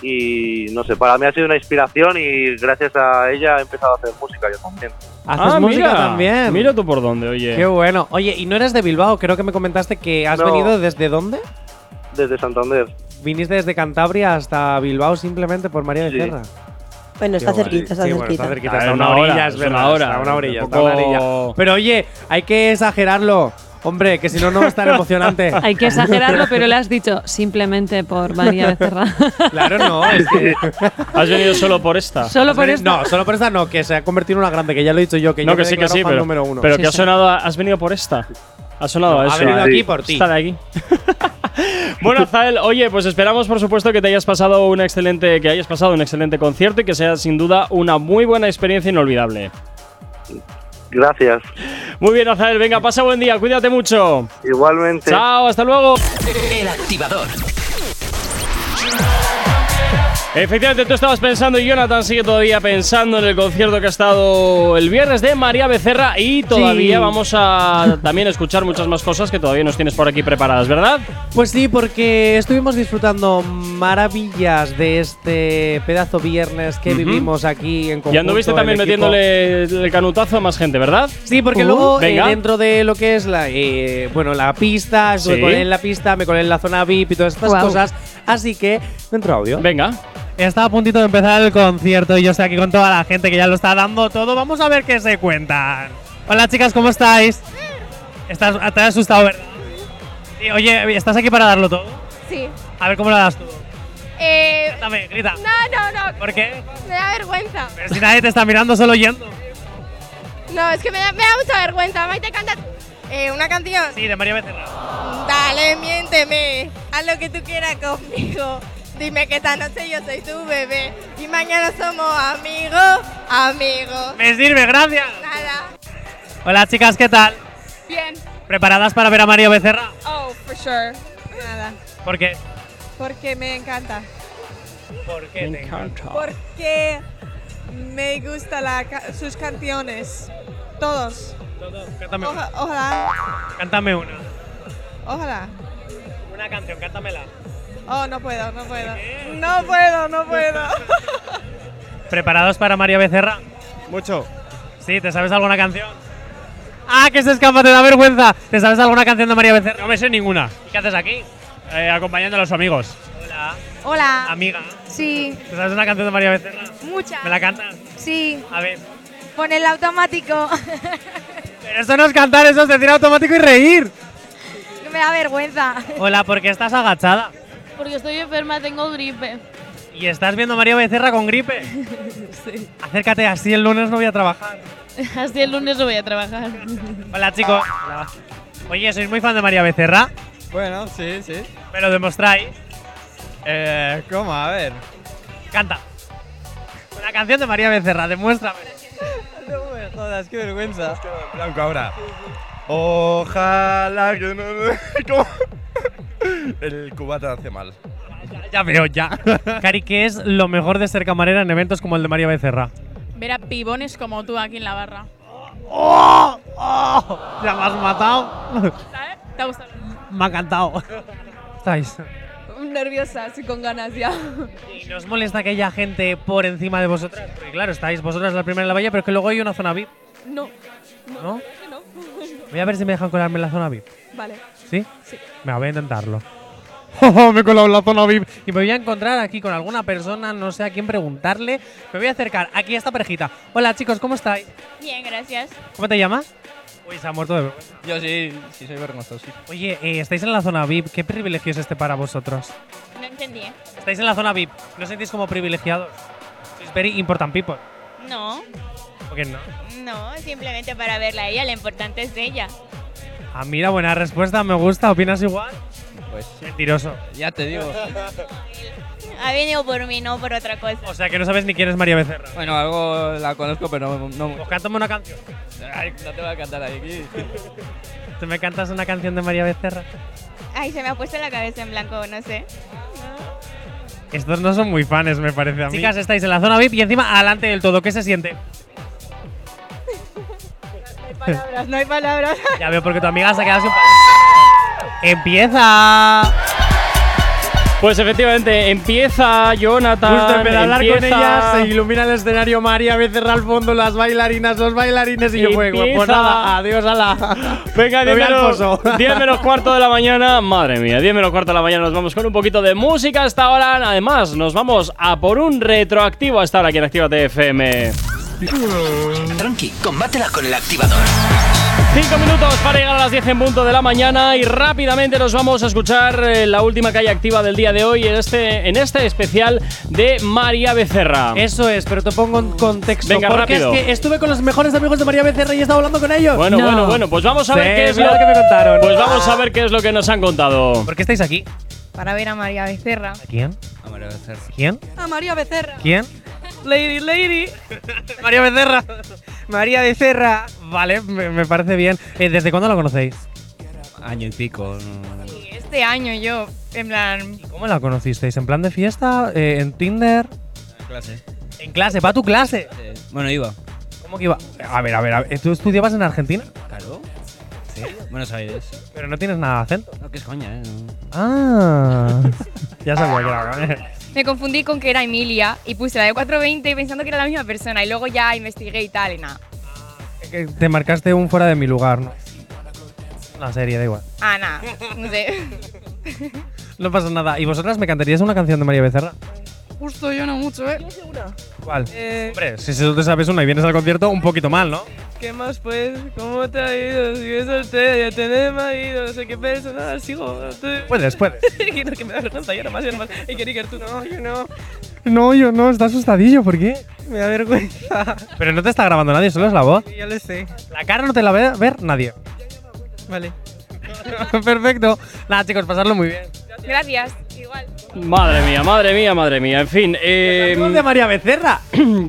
[SPEAKER 14] y no sé, para mí ha sido una inspiración y gracias a ella he empezado a hacer música yo también.
[SPEAKER 4] Haces
[SPEAKER 2] Ah,
[SPEAKER 4] música
[SPEAKER 2] mira,
[SPEAKER 4] también.
[SPEAKER 2] Mira tú por dónde, oye.
[SPEAKER 4] Qué bueno. Oye, y no eres de Bilbao, creo que me comentaste que has
[SPEAKER 14] No.
[SPEAKER 4] venido desde dónde?
[SPEAKER 14] Desde Santander.
[SPEAKER 4] Viniste desde Cantabria hasta Bilbao simplemente por María Becerra.
[SPEAKER 7] Bueno, está
[SPEAKER 15] Qué guay.
[SPEAKER 7] cerquita, está
[SPEAKER 15] Sí, bueno,
[SPEAKER 7] cerquita.
[SPEAKER 15] está cerquita,
[SPEAKER 2] Claro,
[SPEAKER 15] está
[SPEAKER 2] Ah, una
[SPEAKER 15] una
[SPEAKER 2] hora,
[SPEAKER 15] orilla, es
[SPEAKER 2] es
[SPEAKER 15] verdad.
[SPEAKER 2] una hora,
[SPEAKER 15] Está una orilla, está
[SPEAKER 2] tampoco-
[SPEAKER 15] una orilla. <laughs> Pero oye, hay que exagerarlo. Hombre, que si no, no es tan emocionante.
[SPEAKER 16] Hay que exagerarlo, pero le has dicho simplemente por María Becerra.
[SPEAKER 15] Claro, no. Es que
[SPEAKER 2] ¿Has venido solo por
[SPEAKER 4] <laughs>
[SPEAKER 2] esta?
[SPEAKER 16] Solo por esta.
[SPEAKER 15] No, solo por esta no, que se ha convertido en una grande, que ya lo he dicho yo. Que
[SPEAKER 2] no,
[SPEAKER 15] yo
[SPEAKER 2] que
[SPEAKER 15] me
[SPEAKER 2] sí, que
[SPEAKER 15] declaro
[SPEAKER 2] sí,
[SPEAKER 15] fan
[SPEAKER 2] pero,
[SPEAKER 15] número uno.
[SPEAKER 2] pero que ha sonado, a- has venido por esta. Ha sonado
[SPEAKER 15] No,
[SPEAKER 2] a
[SPEAKER 15] ha
[SPEAKER 2] eso.
[SPEAKER 15] venido aquí por ti.
[SPEAKER 2] Está de aquí. <laughs> bueno, Zael, oye, pues esperamos por supuesto que te hayas pasado un excelente, que hayas pasado un excelente concierto y que sea sin duda una muy buena experiencia inolvidable.
[SPEAKER 14] Gracias.
[SPEAKER 2] Muy bien, Azael, venga, pasa buen día, cuídate mucho.
[SPEAKER 14] Igualmente.
[SPEAKER 2] Chao, hasta luego.
[SPEAKER 1] El activador.
[SPEAKER 2] Efectivamente, tú estabas pensando y Jonathan sigue todavía pensando en el concierto que ha estado el viernes de María Becerra y todavía
[SPEAKER 15] Sí.
[SPEAKER 2] vamos a también escuchar muchas más cosas que todavía nos tienes por aquí preparadas, ¿verdad?
[SPEAKER 15] Pues sí, porque estuvimos disfrutando maravillas de este pedazo viernes que
[SPEAKER 2] Ujú.
[SPEAKER 15] vivimos aquí en conjunto.
[SPEAKER 2] Y anduviste también
[SPEAKER 15] el equipo.
[SPEAKER 2] metiéndole el canutazo a más gente, ¿verdad? Uh,
[SPEAKER 15] Sí, porque
[SPEAKER 4] Uh,
[SPEAKER 15] luego eh,
[SPEAKER 2] Venga.
[SPEAKER 15] dentro de lo que es la eh, bueno la pista, estuve
[SPEAKER 2] Sí.
[SPEAKER 15] con él en la pista, me colé en la zona VIP y todas estas
[SPEAKER 2] Guau.
[SPEAKER 15] cosas. Así que dentro audio.
[SPEAKER 2] Venga.
[SPEAKER 4] Está a puntito de empezar el concierto y yo estoy aquí con toda la gente que ya lo está dando todo. Vamos a ver qué se cuentan. Hola chicas, ¿cómo estáis? Estás, te has asustado, ¿verdad? Sí, Oye, ¿estás aquí para darlo todo?
[SPEAKER 17] Sí.
[SPEAKER 4] A ver cómo lo das tú.
[SPEAKER 17] Eh,
[SPEAKER 4] Grítame, grita.
[SPEAKER 17] No, no, no.
[SPEAKER 4] ¿Por qué?
[SPEAKER 17] Me da vergüenza.
[SPEAKER 4] Pero si nadie te está mirando, solo yendo.
[SPEAKER 17] No, es que me da, me da mucha vergüenza. Maite, canta eh, una canción.
[SPEAKER 4] Sí, de María Becerra.
[SPEAKER 17] Dale, miénteme. Haz lo que tú quieras conmigo. Dime que esta noche yo soy tu bebé. Y mañana somos amigos, amigos.
[SPEAKER 4] Me sirve, gracias.
[SPEAKER 17] Nada.
[SPEAKER 4] Hola chicas, ¿qué tal?
[SPEAKER 17] Bien.
[SPEAKER 4] ¿Preparadas para ver a María Becerra?
[SPEAKER 17] Oh, for sure. Nada.
[SPEAKER 4] ¿Por qué?
[SPEAKER 17] Porque me encanta.
[SPEAKER 4] ¿Por qué? Me encanta.
[SPEAKER 17] Porque me gustan sus canciones. Todos.
[SPEAKER 4] Cántame,
[SPEAKER 17] Oja-
[SPEAKER 4] una.
[SPEAKER 17] ojalá.
[SPEAKER 4] cántame una.
[SPEAKER 17] Ojalá.
[SPEAKER 4] Una canción, cántamela.
[SPEAKER 17] Oh, no puedo, no puedo. No puedo, no puedo.
[SPEAKER 4] ¿Preparados para María Becerra? Mucho. Sí, ¿te sabes alguna canción? ¡Ah, que se escapa, te da vergüenza! ¿Te sabes alguna canción de María Becerra? No me sé ninguna. ¿Y qué haces aquí? acompañando a los amigos. Hola.
[SPEAKER 17] Hola.
[SPEAKER 4] Amiga,
[SPEAKER 17] Sí,
[SPEAKER 4] ¿te sabes una canción de María Becerra?
[SPEAKER 17] muchas.
[SPEAKER 4] ¿Me la cantas?
[SPEAKER 17] Sí,
[SPEAKER 4] A ver.
[SPEAKER 17] con el automático. <laughs>
[SPEAKER 4] Pero eso no es cantar, eso es decir automático y reír.
[SPEAKER 17] Que me da vergüenza.
[SPEAKER 4] Hola, ¿por qué estás agachada?
[SPEAKER 17] Porque estoy enferma, tengo gripe.
[SPEAKER 4] ¿Y estás viendo a María Becerra con gripe?
[SPEAKER 17] <laughs> Sí.
[SPEAKER 4] Acércate, así el lunes no voy a trabajar.
[SPEAKER 17] <laughs> Así el lunes no voy a trabajar.
[SPEAKER 4] <laughs> Hola, chicos. Oye, ¿sois muy fan de María Becerra?
[SPEAKER 18] Bueno, sí, sí.
[SPEAKER 4] ¿Me lo demostráis?
[SPEAKER 18] Eh, ¿Cómo? A ver.
[SPEAKER 4] Canta. Una canción de María Becerra, demuéstrame.
[SPEAKER 18] No me jodas, qué vergüenza. Blanco ahora. Ojalá que no. <laughs> ¿Cómo? El cubata hace mal.
[SPEAKER 4] Ya
[SPEAKER 3] <laughs>
[SPEAKER 4] veo, ya. Cari, ¿qué es lo mejor de ser camarera en eventos como el de María Becerra?
[SPEAKER 3] Ver a pibones como tú aquí en la barra.
[SPEAKER 4] ¡Oh! ¡Oh! ¡Ya me has matado!
[SPEAKER 3] ¿Te ha gustado?
[SPEAKER 4] me
[SPEAKER 3] <laughs>
[SPEAKER 4] ha encantado. ¿Estáis?
[SPEAKER 3] Nerviosa, así con ganas ya.
[SPEAKER 4] ¿Y nos molesta que haya gente por encima de vosotras? Porque claro, estáis vosotras la primera en la valla, pero es que luego hay una zona VIP.
[SPEAKER 3] No.
[SPEAKER 4] ¿No? <laughs> Voy a ver si me dejan colarme en la zona VIP.
[SPEAKER 3] Vale.
[SPEAKER 4] ¿Sí?
[SPEAKER 3] Sí.
[SPEAKER 4] Me voy a intentarlo. <laughs> ¡Oh, me he colado en la zona VIP! Y me voy a encontrar aquí con alguna persona, no sé a quién preguntarle. Me voy a acercar aquí a esta parejita. Hola chicos, ¿cómo estáis?
[SPEAKER 3] Bien, gracias.
[SPEAKER 4] ¿Cómo te llamas? Uy, se ha muerto de vergüenza.
[SPEAKER 18] Yo sí, sí soy vergonzoso, sí.
[SPEAKER 4] Oye, eh, estáis en la zona VIP. ¿Qué privilegio es este para vosotros?
[SPEAKER 3] No entendí.
[SPEAKER 4] Estáis en la zona VIP. ¿No os sentís como privilegiados? Sois very important people.
[SPEAKER 3] No,
[SPEAKER 4] ¿Por qué no?
[SPEAKER 3] no, simplemente para verla a ella, lo importante es ella.
[SPEAKER 4] Ah, mira, buena respuesta. Me gusta. ¿Opinas igual? Pues Mentiroso.
[SPEAKER 18] Ya te
[SPEAKER 3] <laughs>
[SPEAKER 18] digo.
[SPEAKER 3] Ha venido por mí, no por otra cosa.
[SPEAKER 4] O sea, que no sabes ni quién es María Becerra.
[SPEAKER 18] Bueno, algo la conozco, pero no. no
[SPEAKER 4] Pues cántame una canción.
[SPEAKER 18] Ay, no te voy a cantar aquí.
[SPEAKER 4] ¿Tú me cantas una canción de María Becerra?
[SPEAKER 3] Ay, se me ha puesto la cabeza en blanco, no sé.
[SPEAKER 4] Estos no son muy fans, me parece a mí.
[SPEAKER 18] Chicas,
[SPEAKER 4] Chicas, estáis en la zona VIP y encima adelante del todo. ¿Qué se siente?
[SPEAKER 3] no hay palabras.
[SPEAKER 4] ¡Ah! Ya veo, porque tu amiga se ha quedado sin... ¡Empieza!
[SPEAKER 2] Pues efectivamente, empieza Jonathan.
[SPEAKER 4] Justo empecé a hablar con
[SPEAKER 2] empieza-
[SPEAKER 4] ella, se ilumina el escenario María, Becerra al fondo, las bailarinas, los bailarines y yo juego. Pues
[SPEAKER 2] Empieza-
[SPEAKER 4] nada, adiós a la.
[SPEAKER 2] Venga, 10
[SPEAKER 4] Me voy al
[SPEAKER 2] menos, <laughs>
[SPEAKER 4] pozo. <laughs>
[SPEAKER 2] 10 menos cuarto de la mañana. Madre mía, 10 menos cuarto de la mañana. Nos vamos con un poquito de música hasta ahora. Además, nos vamos a por un retroactivo hasta ahora aquí en Actívate FM.
[SPEAKER 1] Tranqui, combátela con el activador.
[SPEAKER 2] 5 minutos para llegar a las 10 en punto de la mañana y rápidamente nos vamos a escuchar eh, la última calle activa del día de hoy en este, en este especial de María Becerra.
[SPEAKER 4] Eso es, pero te pongo en contexto.
[SPEAKER 2] Venga,
[SPEAKER 4] porque
[SPEAKER 2] rápido.
[SPEAKER 4] es que estuve con los mejores amigos de María Becerra y he estado hablando con ellos.
[SPEAKER 2] Bueno, bueno, bueno, pues vamos a ver
[SPEAKER 4] Sí,
[SPEAKER 2] qué es
[SPEAKER 4] mira
[SPEAKER 2] lo
[SPEAKER 4] que me contaron.
[SPEAKER 2] Pues vamos a ver qué es lo que nos han contado. ¿Por qué estáis aquí?
[SPEAKER 17] Para ver a María Becerra.
[SPEAKER 11] ¿Quién? ¿Quién?
[SPEAKER 17] A María Becerra.
[SPEAKER 11] ¿Quién?
[SPEAKER 9] Lady, lady.
[SPEAKER 11] María Becerra.
[SPEAKER 9] María Becerra.
[SPEAKER 19] Vale, me, me parece bien. Eh, ¿Desde cuándo la conocéis?
[SPEAKER 11] Año y pico.
[SPEAKER 17] Este año yo, en plan,
[SPEAKER 19] ¿Cómo la conocisteis? ¿En plan de fiesta? Eh, ¿En Tinder?
[SPEAKER 11] Clase. eh,
[SPEAKER 19] ¿En clase? ¿Va a tu clase?
[SPEAKER 11] Bueno, iba.
[SPEAKER 19] ¿Cómo que iba? A ver, a ver, a ver. ¿Tú estudiabas en Argentina?
[SPEAKER 11] Claro. Sí. Buenos Aires.
[SPEAKER 19] Pero no tienes nada de acento.
[SPEAKER 11] No, que es coña, ¿eh? No.
[SPEAKER 19] Ah. <laughs> ya sabía que era.
[SPEAKER 20] Me confundí con que era Emilia y puse la de 420 pensando que era la misma persona y luego ya investigué y tal y nada.
[SPEAKER 19] Que Te marcaste un fuera de mi lugar, ¿no? Una serie, da igual.
[SPEAKER 20] Ah, nada, no sé.
[SPEAKER 19] <laughs> No pasa nada. ¿Y vosotras me cantaríais una canción de María Becerra?
[SPEAKER 9] Justo yo no mucho, ¿eh?
[SPEAKER 19] ¿Cuál?
[SPEAKER 9] Eh,
[SPEAKER 19] Hombre, si tú te sabes una y vienes al concierto, un poquito mal, ¿no?
[SPEAKER 9] ¿Qué más pues? ¿Cómo te ha ido? Si es usted, ya tenés marido, no sé qué personal, sigo.
[SPEAKER 19] Puedes,
[SPEAKER 9] <laughs>
[SPEAKER 19] puedes.
[SPEAKER 9] Quiero que me da vergüenza, yo no más, yo no más. Y que Iker, tú no, yo no.
[SPEAKER 19] No, yo no. Está asustadillo. ¿Por qué?
[SPEAKER 9] Me da vergüenza.
[SPEAKER 19] Pero no te está grabando nadie, solo es la voz.
[SPEAKER 9] Ya le sé.
[SPEAKER 19] La cara no te la va a ver nadie.
[SPEAKER 9] Vale.
[SPEAKER 19] <laughs> Perfecto. Nada, chicos, pasarlo muy bien.
[SPEAKER 20] Gracias, igual.
[SPEAKER 2] Madre mía, madre mía, madre mía. En fin, eh,
[SPEAKER 4] Em.
[SPEAKER 19] de María Becerra?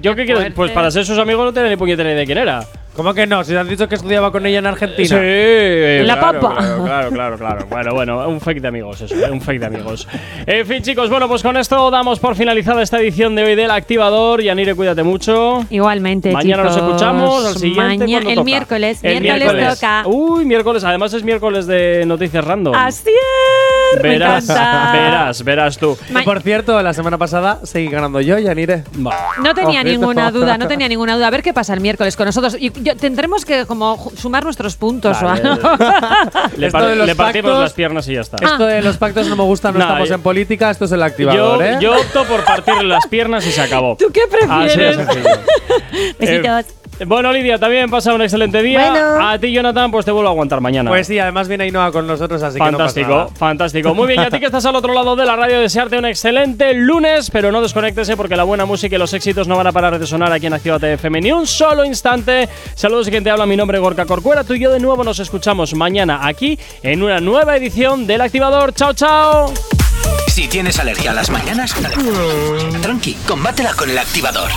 [SPEAKER 2] ¿Yo qué quiero? Pues para ser sus amigos no tenía ni puñetera idea de quién era.
[SPEAKER 4] ¿Cómo que no? Si te han dicho que estudiaba con ella en Argentina.
[SPEAKER 2] Sí, en
[SPEAKER 4] la papa.
[SPEAKER 2] Claro, claro, claro, claro. Bueno, bueno, un fake de amigos, eso, ¿eh? un fake de amigos. En fin, chicos, bueno, pues con esto damos por finalizada esta edición de hoy del Activador. Yanire, cuídate mucho.
[SPEAKER 3] Igualmente,
[SPEAKER 2] Mañana nos
[SPEAKER 3] chicos.
[SPEAKER 2] escuchamos, al siguiente.
[SPEAKER 3] Maña-
[SPEAKER 2] ¿cuándo
[SPEAKER 3] el
[SPEAKER 2] toca?
[SPEAKER 3] miércoles,
[SPEAKER 2] El Uh.
[SPEAKER 3] miércoles toca.
[SPEAKER 2] Uy, miércoles, además es miércoles de noticias random.
[SPEAKER 3] Así es. me
[SPEAKER 2] verás,
[SPEAKER 3] encanta.
[SPEAKER 2] verás, verás tú.
[SPEAKER 3] Ma-
[SPEAKER 4] Por cierto, la semana pasada seguí ganando yo, Yanire.
[SPEAKER 3] No tenía
[SPEAKER 4] Ojito.
[SPEAKER 3] ninguna duda, no tenía ninguna duda. A ver qué pasa el miércoles con nosotros. Y yo- tendremos que como ju- sumar nuestros puntos
[SPEAKER 2] Vale.
[SPEAKER 3] o algo.
[SPEAKER 2] Le,
[SPEAKER 4] Esto
[SPEAKER 2] par-
[SPEAKER 4] de los
[SPEAKER 2] le partimos
[SPEAKER 4] pactos-
[SPEAKER 2] las piernas y ya está.
[SPEAKER 4] Esto de los pactos no me
[SPEAKER 19] <laughs>
[SPEAKER 4] gusta, no
[SPEAKER 2] Nah,
[SPEAKER 4] estamos
[SPEAKER 2] yo-
[SPEAKER 4] en política, esto es el
[SPEAKER 2] Yo,
[SPEAKER 4] activador, ¿eh?
[SPEAKER 2] yo opto por partirle las piernas y se acabó.
[SPEAKER 3] <laughs> ¿Tú qué
[SPEAKER 2] Así de
[SPEAKER 3] prefieres?
[SPEAKER 2] sencillo.
[SPEAKER 3] <laughs> Besitos.
[SPEAKER 2] Eh, bueno, Lidia, también pasa un excelente día.
[SPEAKER 3] Bueno.
[SPEAKER 2] A ti, Jonathan, pues te vuelvo a aguantar mañana.
[SPEAKER 4] Pues sí, además viene Ainhoa con nosotros, así
[SPEAKER 2] fantástico,
[SPEAKER 4] que no pasa nada.
[SPEAKER 2] fantástico. Muy bien, y a ti que estás al otro lado de la radio, desearte un excelente lunes, pero no desconectese porque la buena música y los éxitos no van a parar de sonar aquí en Actívate FM ni un solo instante. Saludos y quien te habla, mi nombre es Gorka Corcuera. Tú y yo de nuevo nos escuchamos mañana aquí en una nueva edición del Activador. ¡Chao, chao!
[SPEAKER 11] Mm.
[SPEAKER 1] Si tienes alergia a las mañanas, dale. tranqui, combátela con el activador.